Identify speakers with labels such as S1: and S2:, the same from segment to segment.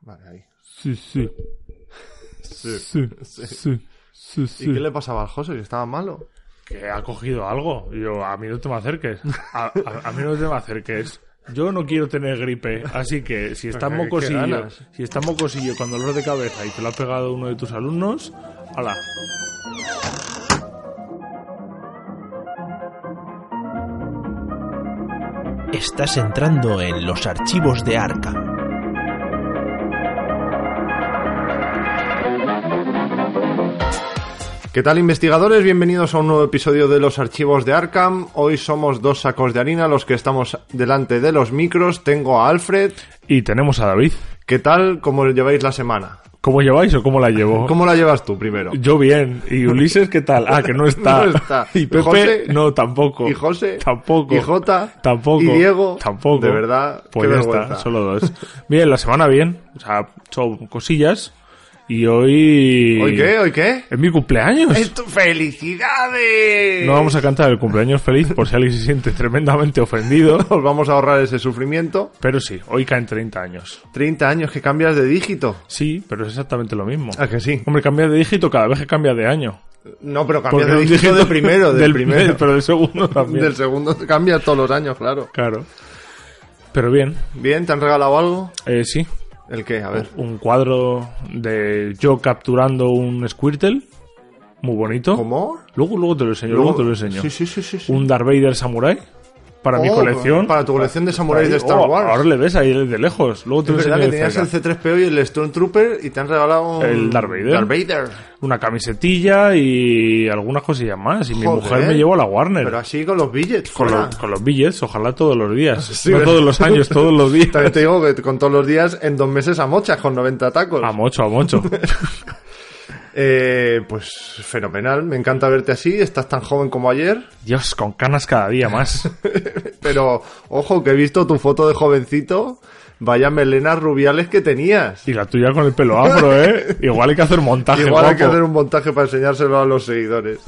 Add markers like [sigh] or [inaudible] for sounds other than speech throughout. S1: Vale, ahí.
S2: Sí, sí.
S1: Sí.
S2: Sí,
S1: Sí.
S2: sí. Sí, sí.
S1: ¿Y qué le pasaba al José? ¿Que estaba malo?
S2: Que ha cogido algo. Y Yo, a mí no te me acerques. A, a- a mí no te me acerques. Yo no quiero tener gripe, así que si está
S1: Pero qué- qué
S2: mocosillo,
S1: ganas.
S2: si está mocosillo con dolor de cabeza y te lo ha pegado uno de tus alumnos, ala.
S3: Estás entrando en los archivos de Arkham.
S1: ¿Qué tal investigadores? Bienvenidos a un nuevo episodio de los archivos de Arkham. Hoy somos dos sacos de harina los que estamos delante de los micros. Tengo a Alfred.
S2: Y tenemos a David.
S1: ¿Qué tal? ¿Cómo lleváis la semana?
S2: ¿Cómo lleváis o cómo la llevo?
S1: [laughs] ¿Cómo la llevas tú primero?
S2: Yo bien. ¿Y Ulises qué tal? Ah,
S1: [laughs]
S2: que no está.
S1: No está.
S2: ¿Y Pepe?
S1: ¿José?
S2: no, tampoco.
S1: ¿Y José?
S2: Tampoco.
S1: ¿Y Jota?
S2: Tampoco.
S1: ¿Y Diego?
S2: Tampoco.
S1: De verdad,
S2: Pues
S1: qué
S2: ya
S1: vergüenza.
S2: está, solo dos. Bien, la semana bien. O sea, son cosillas. Y hoy...
S1: ¿Hoy qué? ¿Hoy qué?
S2: Es mi cumpleaños.
S1: ¡Es tu felicidades!
S2: No vamos a cantar el cumpleaños feliz por si alguien se siente tremendamente ofendido.
S1: Os Pues vamos a ahorrar ese sufrimiento.
S2: Pero sí, hoy caen 30 años.
S1: 30 años que cambias de dígito.
S2: Sí, pero es exactamente lo mismo.
S1: Ah, que sí.
S2: Hombre, cambia de dígito cada vez que cambia de año.
S1: No, pero cambias
S2: Porque
S1: de
S2: un
S1: dígito de primero, del, primero.
S2: [laughs] Pero del segundo también.
S1: Del segundo te cambias todos los años, claro.
S2: Claro. Pero bien,
S1: Bien, ¿te han regalado algo?
S2: eh, sí.
S1: ¿El qué? A ver.
S2: Un cuadro de yo capturando un Squirtle. Muy bonito.
S1: ¿Cómo?
S2: Luego, luego te lo enseño, luego, te lo enseño.
S1: Sí, sí, sí, sí. sí.
S2: Un Darth Vader Samurai. Para mi
S1: Oh,
S2: colección.
S1: Para tu colección de samuráis
S2: Ahí,
S1: de Star
S2: oh,
S1: Wars.
S2: Ahora le ves ahí de lejos. Luego te
S1: Es
S2: lo
S1: verdad
S2: enseño
S1: que
S2: de
S1: tenías el
S2: cerca.
S1: C3PO y el Stormtrooper y te han regalado un...
S2: El Darth Vader.
S1: Darth Vader.
S2: Una camisetilla y algunas cosillas más. Y mi
S1: Joder.
S2: mujer me llevó a la Warner.
S1: Pero así con los billetes.
S2: con,
S1: fuera.
S2: los, con los billets, ojalá todos los días. no
S1: ¿verdad?
S2: todos los años, todos los
S1: [laughs]
S2: días.
S1: También te digo que con todos los días, en dos meses a mochas con 90 tacos.
S2: A mocho, a mocho.
S1: Eh, pues fenomenal, me encanta verte así, estás tan joven como ayer,
S2: Dios, con canas cada día más.
S1: pero ojo que he visto tu foto de jovencito, vaya melenas rubiales que tenías.
S2: Y la tuya con el pelo afro,
S1: [laughs]
S2: ¿eh? Igual hay que hacer montaje,
S1: Igual hay que
S2: guapo.
S1: hacer un montaje para enseñárselo a los
S2: [laughs]
S1: seguidores.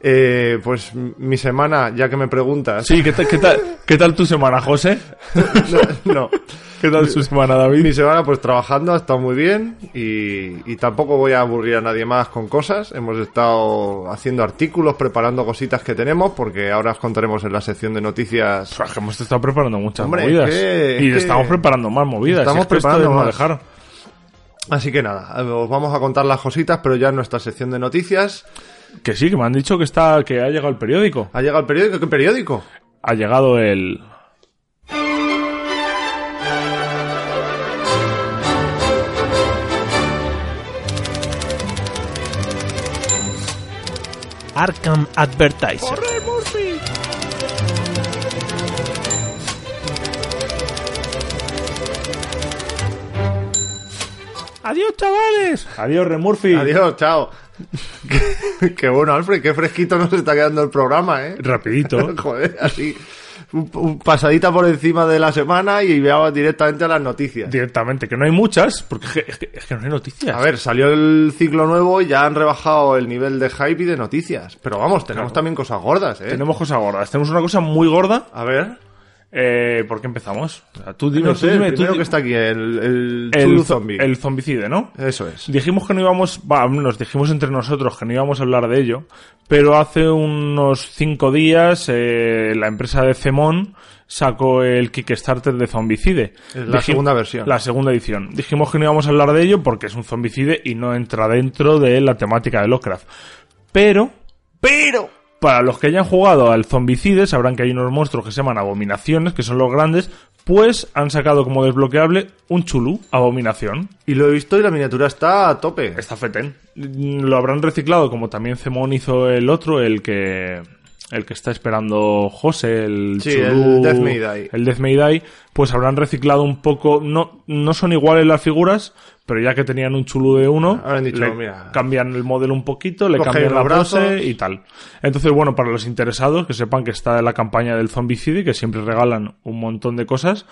S1: Eh, pues m- mi semana, ya que me preguntas,
S2: Sí, ¿qué, ta- qué tal, ¿qué tal tu semana, José?
S1: [laughs] no, no.
S2: ¿Qué tal tu semana, David?
S1: mi semana pues trabajando ha estado muy bien y, y tampoco voy a aburrir a nadie más con cosas, hemos estado haciendo artículos, preparando cositas que tenemos, porque ahora os contaremos en la sección de noticias
S2: Pues que hemos estado preparando muchas
S1: Hombre,
S2: movidas.
S1: es que-
S2: y
S1: es que-
S2: estamos preparando más movidas.
S1: Estamos
S2: y es que esto
S1: preparando
S2: de no
S1: más.
S2: dejar.
S1: Así que nada, eh, os vamos a contar las cositas, pero ya en nuestra sección de noticias.
S2: Que sí, que me han dicho que está, que ha llegado el periódico.
S1: ¿Ha llegado el periódico? ¿Qué periódico?
S2: Ha llegado el.
S3: Arkham Advertiser.
S2: ¡Adiós, chavales! ¡Adiós, Remurphy!
S1: Adiós, chao. qué, qué bueno, Alfred, qué fresquito nos está quedando el programa, ¿eh? [laughs]
S2: Rapidito.
S1: Joder, así. Un, un pasadita por encima de la semana y veamos directamente a las noticias.
S2: Directamente, que no hay muchas, porque es que, es que- es que no hay noticias.
S1: A ver, salió el ciclo nuevo y ya han rebajado el nivel de hype y de noticias. Pero vamos, tenemos también cosas gordas, ¿eh?
S2: Tenemos cosas gordas. Tenemos una cosa muy gorda.
S1: A ver.
S2: Eh, ¿Por qué empezamos? O sea, tú dime,
S1: no
S2: tú
S1: sé, el
S2: dime, tú
S1: primero
S2: di-
S1: que está aquí, el, el,
S2: el,
S1: Chulu
S2: zo-
S1: Zombie.
S2: el zombicide, ¿no?
S1: Eso es.
S2: Dijimos que no íbamos, va, nos dijimos entre nosotros que no íbamos a hablar de ello, pero hace unos cinco días eh, la empresa de Cemón sacó el Kickstarter de Zombicide.
S1: Es la segunda versión.
S2: La segunda edición. Dijimos que no íbamos a hablar de ello porque es un zombicide y no entra dentro de la temática de Lovecraft. Pero,
S1: Pero.
S2: para los que hayan jugado al zombicide, sabrán que hay unos monstruos que se llaman abominaciones, que son los grandes, pues han sacado como desbloqueable un chulú, abominación.
S1: Y lo he visto y la miniatura está a tope.
S2: Está fetén. Mm, Lo habrán reciclado, como también Cemón hizo el otro, el que el que está esperando José, el
S1: Sí,
S2: Chulú,
S1: el Death May Die.
S2: el Death May Die, pues habrán reciclado un poco. No, no son iguales las figuras, pero ya que tenían un chulú de uno,
S1: Habrán dicho,
S2: le
S1: mira.
S2: cambian el modelo un poquito, le
S1: Coge
S2: cambian
S1: los
S2: la pose
S1: brazos.
S2: y tal. Entonces, bueno, para los interesados, que sepan que está la campaña del Zombicide, que siempre regalan un montón de cosas,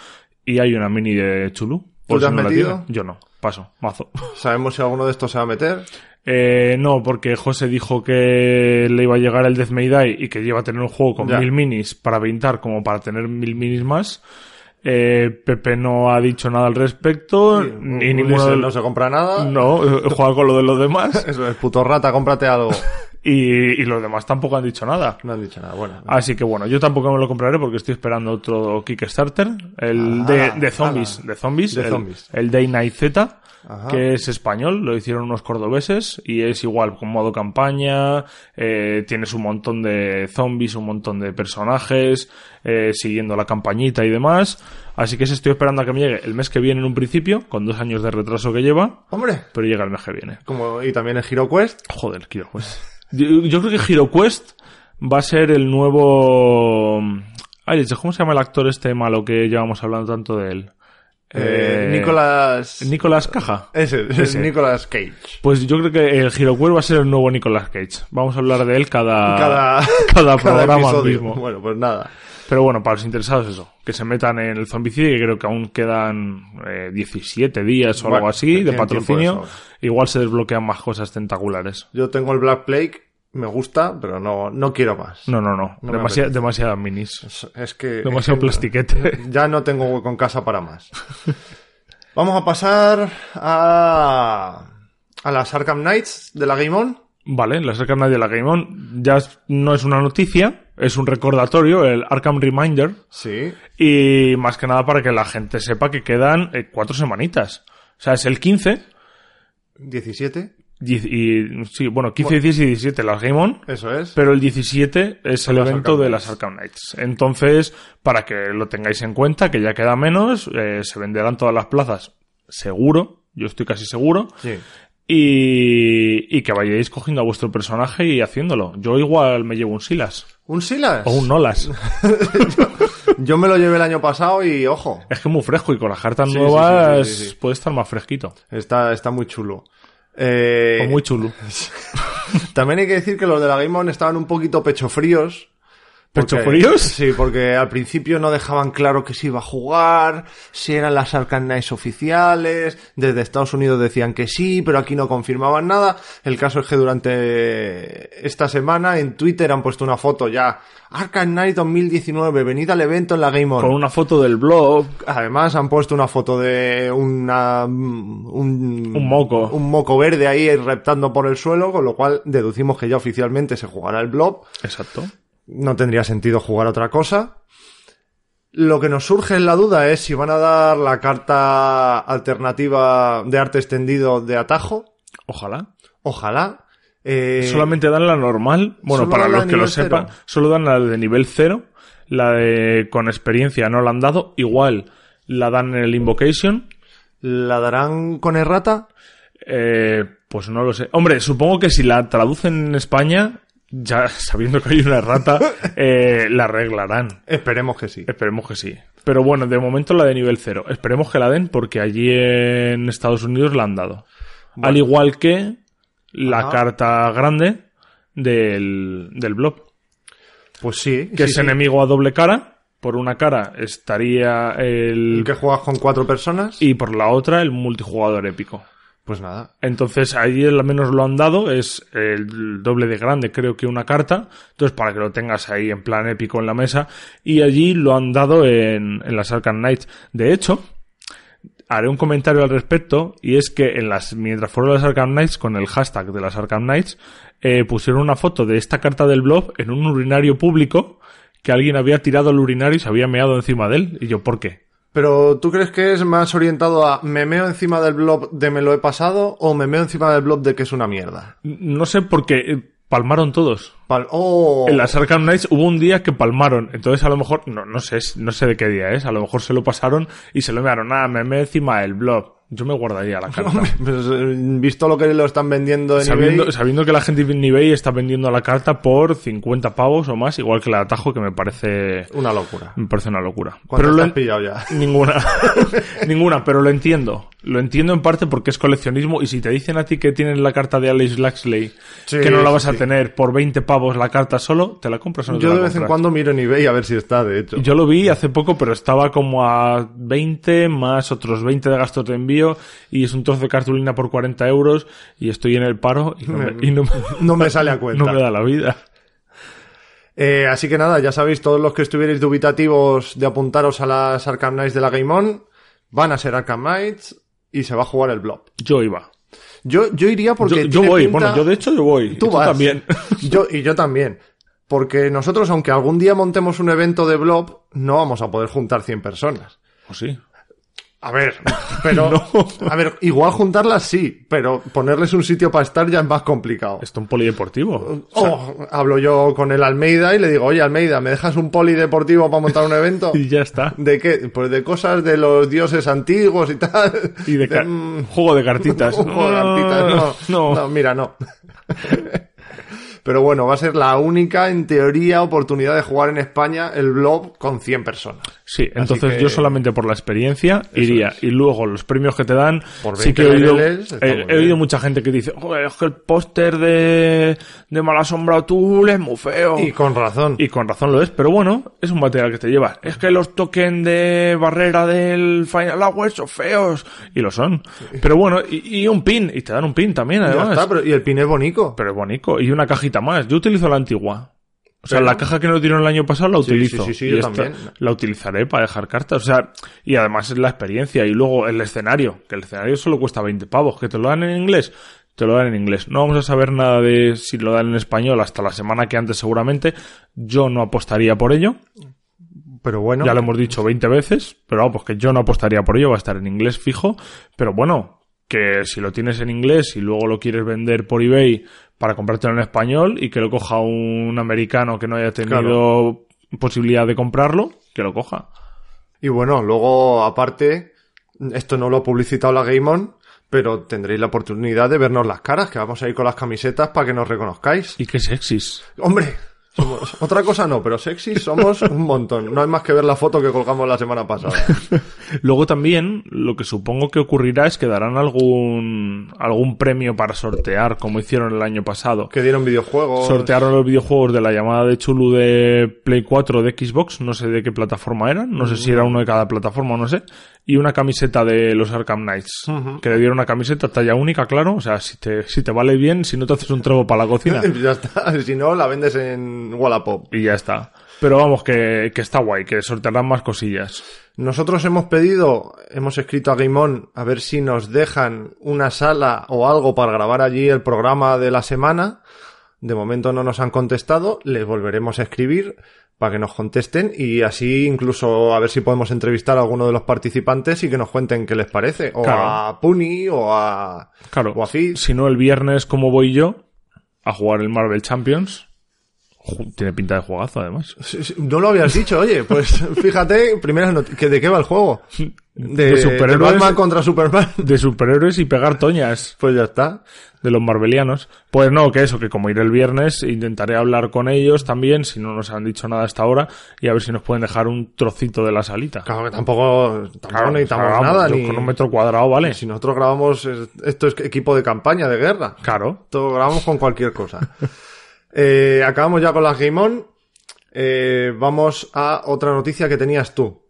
S2: y hay una mini de chulú. por
S1: te
S2: si
S1: has
S2: no la
S1: metido?
S2: tienen. Yo no, paso, mazo.
S1: Sabemos si alguno de estos se va a meter.
S2: Eh, no, porque José dijo que le iba a llegar el Death May Die y que lleva a tener un juego con
S1: Ya.
S2: mil minis para pintar como para tener mil minis más. Eh, Pepe no ha dicho nada al respecto. ni ninguno
S1: Ulises
S2: del-
S1: no se compra nada.
S2: [laughs] No, eh, juega con lo de los demás.
S1: Eso es, puto rata, cómprate algo.
S2: Y, y los demás tampoco han dicho nada.
S1: No han dicho nada, bueno.
S2: Así que bueno, yo tampoco me lo compraré porque estoy esperando otro Kickstarter, el
S1: Ah,
S2: de, de zombies,
S1: ala.
S2: de zombies,
S1: De
S2: el,
S1: zombies.
S2: el Day Night Z,
S1: Ajá.
S2: que es español, lo hicieron unos cordobeses y es igual, con modo campaña, eh, tienes un montón de zombies, un montón de personajes, eh, siguiendo la campañita y demás. Así que ese estoy esperando a que me llegue el mes que viene en un principio, con dos años de retraso que lleva,
S1: Hombre,
S2: pero llega el mes que viene.
S1: como, y también el Hero Quest.
S2: Joder, HeroQuest. Yo, yo creo que HeroQuest va a ser el nuevo... Ay, ¿cómo se llama el actor este malo que llevamos hablando tanto de él?
S1: Eh,
S2: Eh,
S1: Nicolas.
S2: Nicolas Caja.
S1: ese,
S2: Ese.
S1: Nicolas Cage.
S2: Pues yo creo que el HeroQuest va a ser el nuevo Nicolas Cage. Vamos a hablar de él cada,
S1: cada,
S2: Ah. [laughs] cada programa
S1: episodio.
S2: mismo.
S1: Bueno, pues nada.
S2: Pero bueno, para los interesados eso, que se metan en el zombicide, que creo que aún quedan eh, 17 días o
S1: Bueno,
S2: algo así de
S1: tienen tiempo de
S2: patrocinio.
S1: sobra.
S2: Igual se desbloquean más cosas tentaculares.
S1: Yo tengo el Black Plague, me gusta, pero no, no quiero más.
S2: No, no, no.
S1: No me
S2: Demasi-
S1: apetece.
S2: demasiadas minis.
S1: Es, es que.
S2: Demasiado
S1: es que
S2: plastiquete.
S1: Ya no tengo hueco en casa para
S2: [laughs]
S1: más. Vamos a pasar a. a las Arkham Knights de la Game On.
S2: Vale, las Arkham Knight de la Game On ya es- no es una noticia, es un recordatorio, el Arkham Reminder.
S1: Sí.
S2: Y más que nada para que la gente sepa que quedan eh, cuatro semanitas. O sea, es el 15,
S1: 17.
S2: diez- y, sí, bueno, 15, 16 y 17 las Game On.
S1: Eso es.
S2: Pero el 17 es el
S1: Las
S2: evento
S1: Arkham
S2: de las Arkham Knights. Entonces, para que lo tengáis en cuenta, que ya queda menos, eh, se venderán todas las plazas, seguro, yo estoy casi seguro.
S1: Sí.
S2: Y, y que vayáis cogiendo a vuestro personaje y haciéndolo. Yo igual me llevo un Silas
S1: ¿Un Silas?
S2: o un Nolas.
S1: Yo me lo llevé el año pasado y ojo.
S2: es que es muy fresco y con las cartas
S1: Sí, sí,
S2: nuevas
S1: sí, sí, sí, sí.
S2: puede estar más fresquito.
S1: Está, está muy chulo. Eh,
S2: o muy chulo.
S1: También hay que decir que los de la Game On estaban un poquito pecho fríos.
S2: ¿Pecho
S1: Porque-
S2: fríos?
S1: Sí, porque al principio no dejaban claro que se iba a jugar, si eran las Arkham Knights oficiales, desde Estados Unidos decían que sí, pero aquí no confirmaban nada. El caso es que durante esta semana en Twitter han puesto una foto ya, Arkham Knight 2019, venid al evento en la Game On.
S2: Con una foto del blog.
S1: Además han puesto una foto de una, mm, un,
S2: Un moco.
S1: un moco verde ahí reptando por el suelo, con lo cual deducimos que ya oficialmente se jugará el blob.
S2: Exacto.
S1: No tendría sentido jugar otra cosa. Lo que nos surge en la duda es si van a dar la carta alternativa de arte extendido de atajo.
S2: Ojalá.
S1: Ojalá. Eh,
S2: Solamente dan la normal. Bueno,
S1: solo
S2: para
S1: dan la
S2: los
S1: de
S2: que lo
S1: nivel cero.
S2: sepan, solo dan la de nivel cero. La de con experiencia no la han dado. Igual la dan en el Invocation.
S1: ¿La darán con errata?
S2: Eh, pues no lo sé. Hombre, supongo que si la traducen en España, ya [laughs] sabiendo que hay una rata, eh, la arreglarán.
S1: Esperemos que sí.
S2: Esperemos que sí. Pero bueno, de momento la de nivel cero. Esperemos que la den porque allí en Estados Unidos la han dado. Al igual que la
S1: Ajá.
S2: carta grande del, del blob,
S1: Pues sí.
S2: que
S1: sí,
S2: es
S1: sí.
S2: enemigo a doble cara. Por una cara estaría el...
S1: Que juegas con cuatro personas.
S2: Y por la otra el multijugador épico.
S1: Pues nada.
S2: Entonces ahí al menos lo han dado, es el doble de grande creo que una carta, entonces para que lo tengas ahí en plan épico en la mesa, y allí lo han dado en, en las Arkham Knights. De hecho, haré un comentario al respecto, y es que en las, mientras fueron las Arkham Knights, con el hashtag de las Arkham Knights, eh, pusieron una foto de esta carta del blog en un urinario público, que alguien había tirado al urinario y se había meado encima de él, y yo, ¿por qué?
S1: Pero ¿tú crees que es más orientado a me meo encima del blob de me lo he pasado o me meo encima del blob de que es una mierda?
S2: No sé por qué, eh, palmaron todos.
S1: Pal- ¡Oh!
S2: En las Arkham Knights hubo un día que palmaron, entonces a lo mejor, no, no sé, no sé de qué día es, a lo mejor se lo pasaron y se lo enviaron, ah, me me encima el blog. Yo me guardaría
S1: [laughs]
S2: la carta.
S1: [laughs] Pues, eh, visto lo que lo están vendiendo en
S2: Sabiendo,
S1: eBay,
S2: sabiendo que la gente en eBay está vendiendo la carta por 50 pavos o más, igual que la de atajo, que me parece,
S1: una locura.
S2: me parece una locura.
S1: ¿Cuántas
S2: lo
S1: te has
S2: en- [laughs]
S1: pillado ya?
S2: Ninguna. Ninguna, pero lo entiendo. Lo entiendo en parte porque es coleccionismo y si te dicen a ti que tienes la carta de Alex Laxley,
S1: Sí,
S2: que no la vas a
S1: sí.
S2: tener por 20 pavos la carta solo, ¿te la compras o no te
S1: Yo
S2: la
S1: de vez en
S2: compras?
S1: cuando miro en eBay a ver si está, de hecho. [laughs]
S2: Yo lo vi hace poco, pero estaba como a 20 más otros 20 de gastos de envío y es un trozo de cartulina por 40 euros y estoy en el paro y [laughs] no me, y no me-
S1: No me sale a Mm. [laughs] cuenta.
S2: no me da la vida.
S1: Eh, así que nada, ya sabéis, todos los que estuvierais dubitativos de apuntaros a las Arkham Knights de la Game On, van a ser Arkham Knights y se va a jugar el Blob.
S2: Yo iba.
S1: Yo, yo iría porque.
S2: yo yo
S1: tiene
S2: voy,
S1: pinta-
S2: bueno, yo de hecho yo voy. y
S1: Tú vas.
S2: también. [laughs]
S1: Yo, y yo también. Porque nosotros, aunque algún día montemos un evento de Blob, no vamos a poder juntar 100 personas.
S2: Pues sí.
S1: A ver,
S2: [laughs]
S1: pero. A ver, igual juntarlas sí, pero ponerles un sitio para estar ya es más complicado.
S2: Esto es
S1: [laughs]
S2: un polideportivo.
S1: Oh, hablo yo con el Almeida y le digo, oye Almeida, ¿me dejas un polideportivo para montar un evento?
S2: [laughs] Y ya está.
S1: ¿De qué? Pues de cosas de los dioses antiguos y tal. [laughs]
S2: Y de ca-
S1: Mm,
S2: juego de cartitas.
S1: un [laughs] juego de cartitas, Ah, no,
S2: No.
S1: no, mira, no. [laughs] Pero bueno, va a ser la única, en teoría, oportunidad de jugar en España el blog con 100 personas.
S2: Sí, entonces
S1: que-
S2: yo solamente por la experiencia iría. Y luego los premios que te dan.
S1: Por
S2: sí
S1: 20
S2: que he oído,
S1: reales, está
S2: he-
S1: muy
S2: he oído
S1: bien.
S2: mucha gente que dice: Joder, es que el póster de, de Mal Asombrado Tool es muy feo.
S1: Oh. Y con razón.
S2: Y con razón lo es, pero bueno, es un material que te llevas. Es que los tokens de barrera del Final Hour son feos. Y lo son. Pero bueno, y, y un pin. Y te dan un pin también,
S1: Ya
S2: además.
S1: está, pero- y el pin es bonito.
S2: Pero es bonito. Y una cajita más. Yo utilizo la antigua. O sea,
S1: Pero-
S2: la caja que nos dieron el año pasado la
S1: Sí,
S2: utilizo.
S1: sí, sí, sí,
S2: Y
S1: yo
S2: esta
S1: también.
S2: La utilizaré para dejar cartas. O sea, y además es la experiencia. Y luego el escenario. Que el escenario solo cuesta 20 pavos. Que te lo dan en inglés. Te lo dan en inglés. No vamos a saber nada de si lo dan en español hasta la semana que antes seguramente. Yo no apostaría por ello.
S1: Pero bueno.
S2: Ya lo hemos dicho 20 veces, pero vamos, que yo no apostaría por ello, va a estar en inglés fijo, pero bueno, que si lo tienes en inglés y luego lo quieres vender por eBay para comprártelo en español y que lo coja un americano que no haya tenido posibilidad de comprarlo, que lo coja.
S1: Y bueno, luego, aparte, esto no lo ha publicitado la Game On, pero tendréis la oportunidad de vernos las caras, que vamos a ir con las camisetas para que nos reconozcáis.
S2: Y que sexys.
S1: Hombre, [laughs] somos- otra cosa no, pero sexy somos un montón. No hay más que ver la foto que colgamos la semana [laughs] pasada.
S2: Luego también, lo que supongo que ocurrirá es que darán algún, algún premio para sortear, como hicieron el año pasado.
S1: Que dieron videojuegos.
S2: Sortearon los videojuegos de la llamada de Chulu de Play 4 de Xbox, no sé de qué plataforma eran, no sé si
S1: Mm.
S2: era uno de cada plataforma o no sé, y una camiseta de los Arkham Knights, que le dieron una camiseta talla única, claro, o sea, si te, si te vale bien, si no te haces un trago para
S1: [laughs]
S2: la cocina,
S1: ya está, si no, la vendes en Wallapop.
S2: y ya está. Pero vamos, que, que está guay, que sortearán más cosillas.
S1: Nosotros hemos pedido, hemos escrito a Game On a ver si nos dejan una sala o algo para grabar allí el programa de la semana. De momento no nos han contestado, les volveremos a escribir para que nos contesten y así incluso a ver si podemos entrevistar a alguno de los participantes y que nos cuenten qué les parece. O
S2: Claro.
S1: a Puni o a...
S2: Claro,
S1: O así.
S2: si no el viernes, como voy yo, a jugar el Marvel Champions, Ju- tiene pinta de juegazo además. [laughs]
S1: Sí, sí, No lo habías dicho, oye, pues [laughs] fíjate, primera noti- que ¿de qué va el juego? De,
S2: De superhéroes.
S1: de Batman contra Superman.
S2: De superhéroes y pegar toñas.
S1: Pues ya está.
S2: de los marbelianos. Pues no, que eso, que como iré el viernes, intentaré hablar con ellos también, si no nos han dicho nada hasta ahora, y a ver si nos pueden dejar un trocito de la salita.
S1: Claro que tampoco, tampoco necesitamos
S2: o sea, vamos,
S1: nada.
S2: yo
S1: Ni,
S2: Con un metro cuadrado, ¿vale?
S1: Si nosotros grabamos, eh, esto es equipo de campaña, de guerra.
S2: Claro.
S1: Esto grabamos con cualquier cosa.
S2: [laughs]
S1: Eh, acabamos ya con las Game On. Eh, vamos a otra noticia que tenías tú.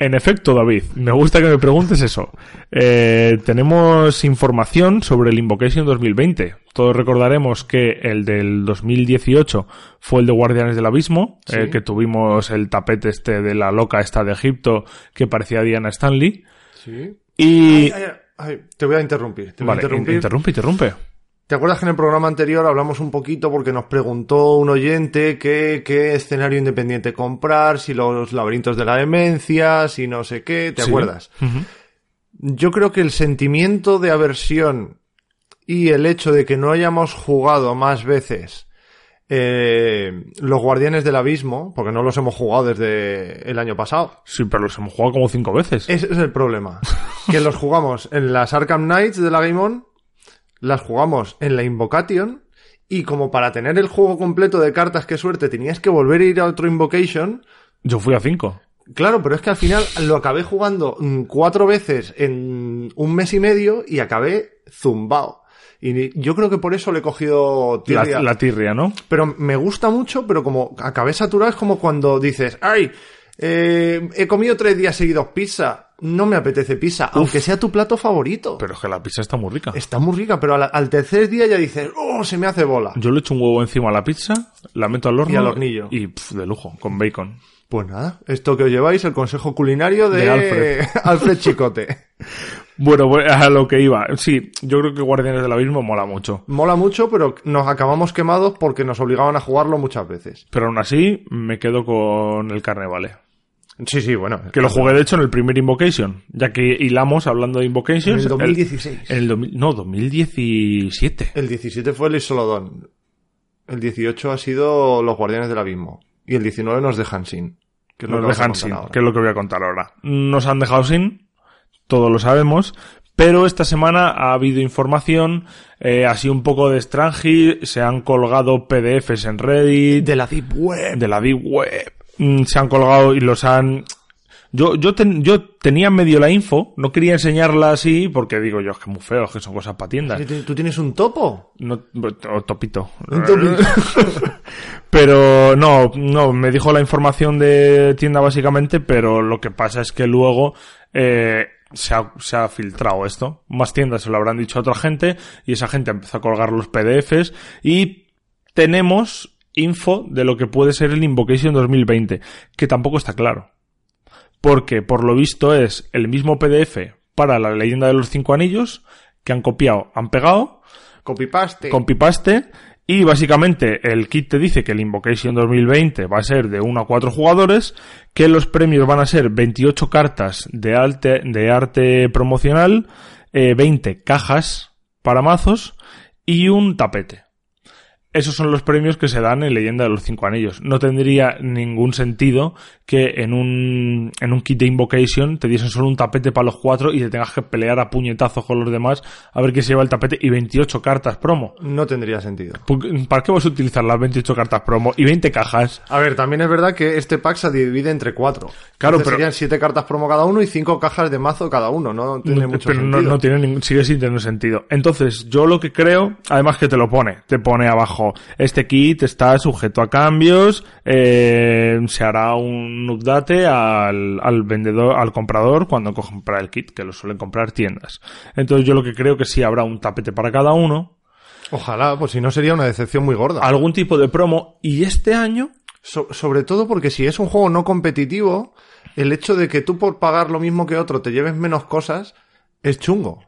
S2: En efecto, David, me gusta que me preguntes eso. Eh, tenemos información sobre el Invocation 2020. Todos recordaremos que el del 2018 fue el de Guardianes del Abismo,
S1: Sí.
S2: eh, que tuvimos el tapete este de la loca esta de Egipto que parecía Diana Stanley.
S1: Sí.
S2: Y...
S1: te voy a interrumpir. Te voy
S2: Vale,
S1: a interrumpir.
S2: interrumpe, interrumpe.
S1: ¿Te acuerdas que en el programa anterior hablamos un poquito porque nos preguntó un oyente qué, qué escenario independiente comprar, si los laberintos de la demencia, si no sé qué? ¿Te
S2: Sí.
S1: acuerdas?
S2: Ujú.
S1: Yo creo que el sentimiento de aversión y el hecho de que no hayamos jugado más veces eh, los Guardianes del Abismo, porque no los hemos jugado desde el año pasado,
S2: Sí, pero los hemos jugado como cinco veces.
S1: ese es el problema. que los jugamos en las Arkham Knights de la Game On, las jugamos en la Invocation, y como para tener el juego completo de cartas, qué suerte, tenías que volver a ir a otro Invocation,
S2: Yo fui a cinco.
S1: Claro, pero es que al final lo acabé jugando mm, cuatro veces en un mes y medio y acabé zumbao. Y ni- yo creo que por eso le he cogido
S2: La,
S1: tirria.
S2: la tirria, ¿no?
S1: Pero me gusta mucho, pero como acabé saturado es como cuando dices, ¡ay! eh, he comido tres días seguidos pizza. no me apetece pizza, aunque sea tu plato favorito.
S2: Pero es que la pizza está muy rica.
S1: Está muy rica, pero al, al tercer día ya dices, oh, se me hace bola.
S2: Yo le echo un huevo encima a la pizza, la meto al horno
S1: Y al hornillo.
S2: Y pf, de lujo, con bacon.
S1: Pues nada, esto que os lleváis, el consejo culinario de,
S2: De Alfred.
S1: [laughs] Alfred Chicote.
S2: Bueno, pues, a lo que iba. Sí, yo creo que Guardianes del Abismo mola mucho.
S1: Mola mucho, pero nos acabamos quemados porque nos obligaban a jugarlo muchas veces.
S2: Pero aún así, me quedo con el carnevale.
S1: Sí, sí, bueno.
S2: Que lo jugué, de hecho, en el primer Invocation. Ya que hilamos hablando de
S1: En
S2: Invocations.
S1: el 2016.
S2: el- en el 2000 no, 2017.
S1: El 17 fue el Isolodón. El 18 ha sido Los Guardianes del Abismo. Y el 19 nos dejan sin. Que es lo
S2: Nos
S1: que vamos a
S2: dejan
S1: contar
S2: sin,
S1: ahora.
S2: que es lo que voy a contar ahora. Nos han dejado sin, todos lo sabemos, pero esta semana ha habido información, eh, así un poco de Strange, se han colgado PDFs en Reddit,
S1: De la Deep Web.
S2: de la Deep Web. Mm, Se han colgado y los han... Yo, yo, ten- yo tenía medio la info, no quería enseñarla así porque digo yo, es que es muy feo, es que son cosas para tiendas.
S1: ¿Tú tienes un topo?
S2: No, o topito.
S1: [laughs]
S2: Pero no, no, me dijo la información de tienda básicamente, pero lo que pasa es que luego eh, se, ha, se ha filtrado esto. Más tiendas se lo habrán dicho a otra gente y esa gente empezó a colgar los PDFs y tenemos info de lo que puede ser el Invocation 2020, que tampoco está claro. Porque por lo visto es el mismo PDF para la leyenda de los cinco anillos que han copiado, han pegado
S1: Copipaste.
S2: con pipaste y básicamente el kit te dice que el Invocation 2020 va a ser de 1 a 4 jugadores, que los premios van a ser 28 cartas de arte, de arte promocional, eh, 20 cajas para mazos y un tapete. Esos son los premios que se dan en Leyenda de los Cinco Anillos. No tendría ningún sentido que en un, en un kit de Invocation te diesen solo un tapete para los cuatro y te tengas que pelear a puñetazos con los demás a ver quién se lleva el tapete y 28 cartas promo.
S1: No tendría sentido.
S2: ¿Por- ¿Para qué vas a utilizar las 28 cartas promo y 20 cajas?
S1: A ver, también es verdad que este pack se divide entre cuatro.
S2: Claro,
S1: Entonces
S2: pero-
S1: Serían siete cartas promo cada uno y cinco cajas de mazo cada uno. No tiene
S2: No,
S1: mucho
S2: pero no,
S1: sentido.
S2: no tiene ningún, sigue sin tener sentido. Entonces, yo lo que creo, además que te lo pone, te pone abajo, este kit está sujeto a cambios, eh, se hará un update al, al vendedor, al comprador cuando compra el kit, que lo suelen comprar tiendas. Entonces, yo lo que creo que sí habrá un tapete para cada uno,
S1: Ojalá, pues si no sería una decepción muy gorda.
S2: algún tipo de promo, y este año,
S1: So- sobre todo porque si es un juego no competitivo, el hecho de que tú por pagar lo mismo que otro te lleves menos cosas es chungo.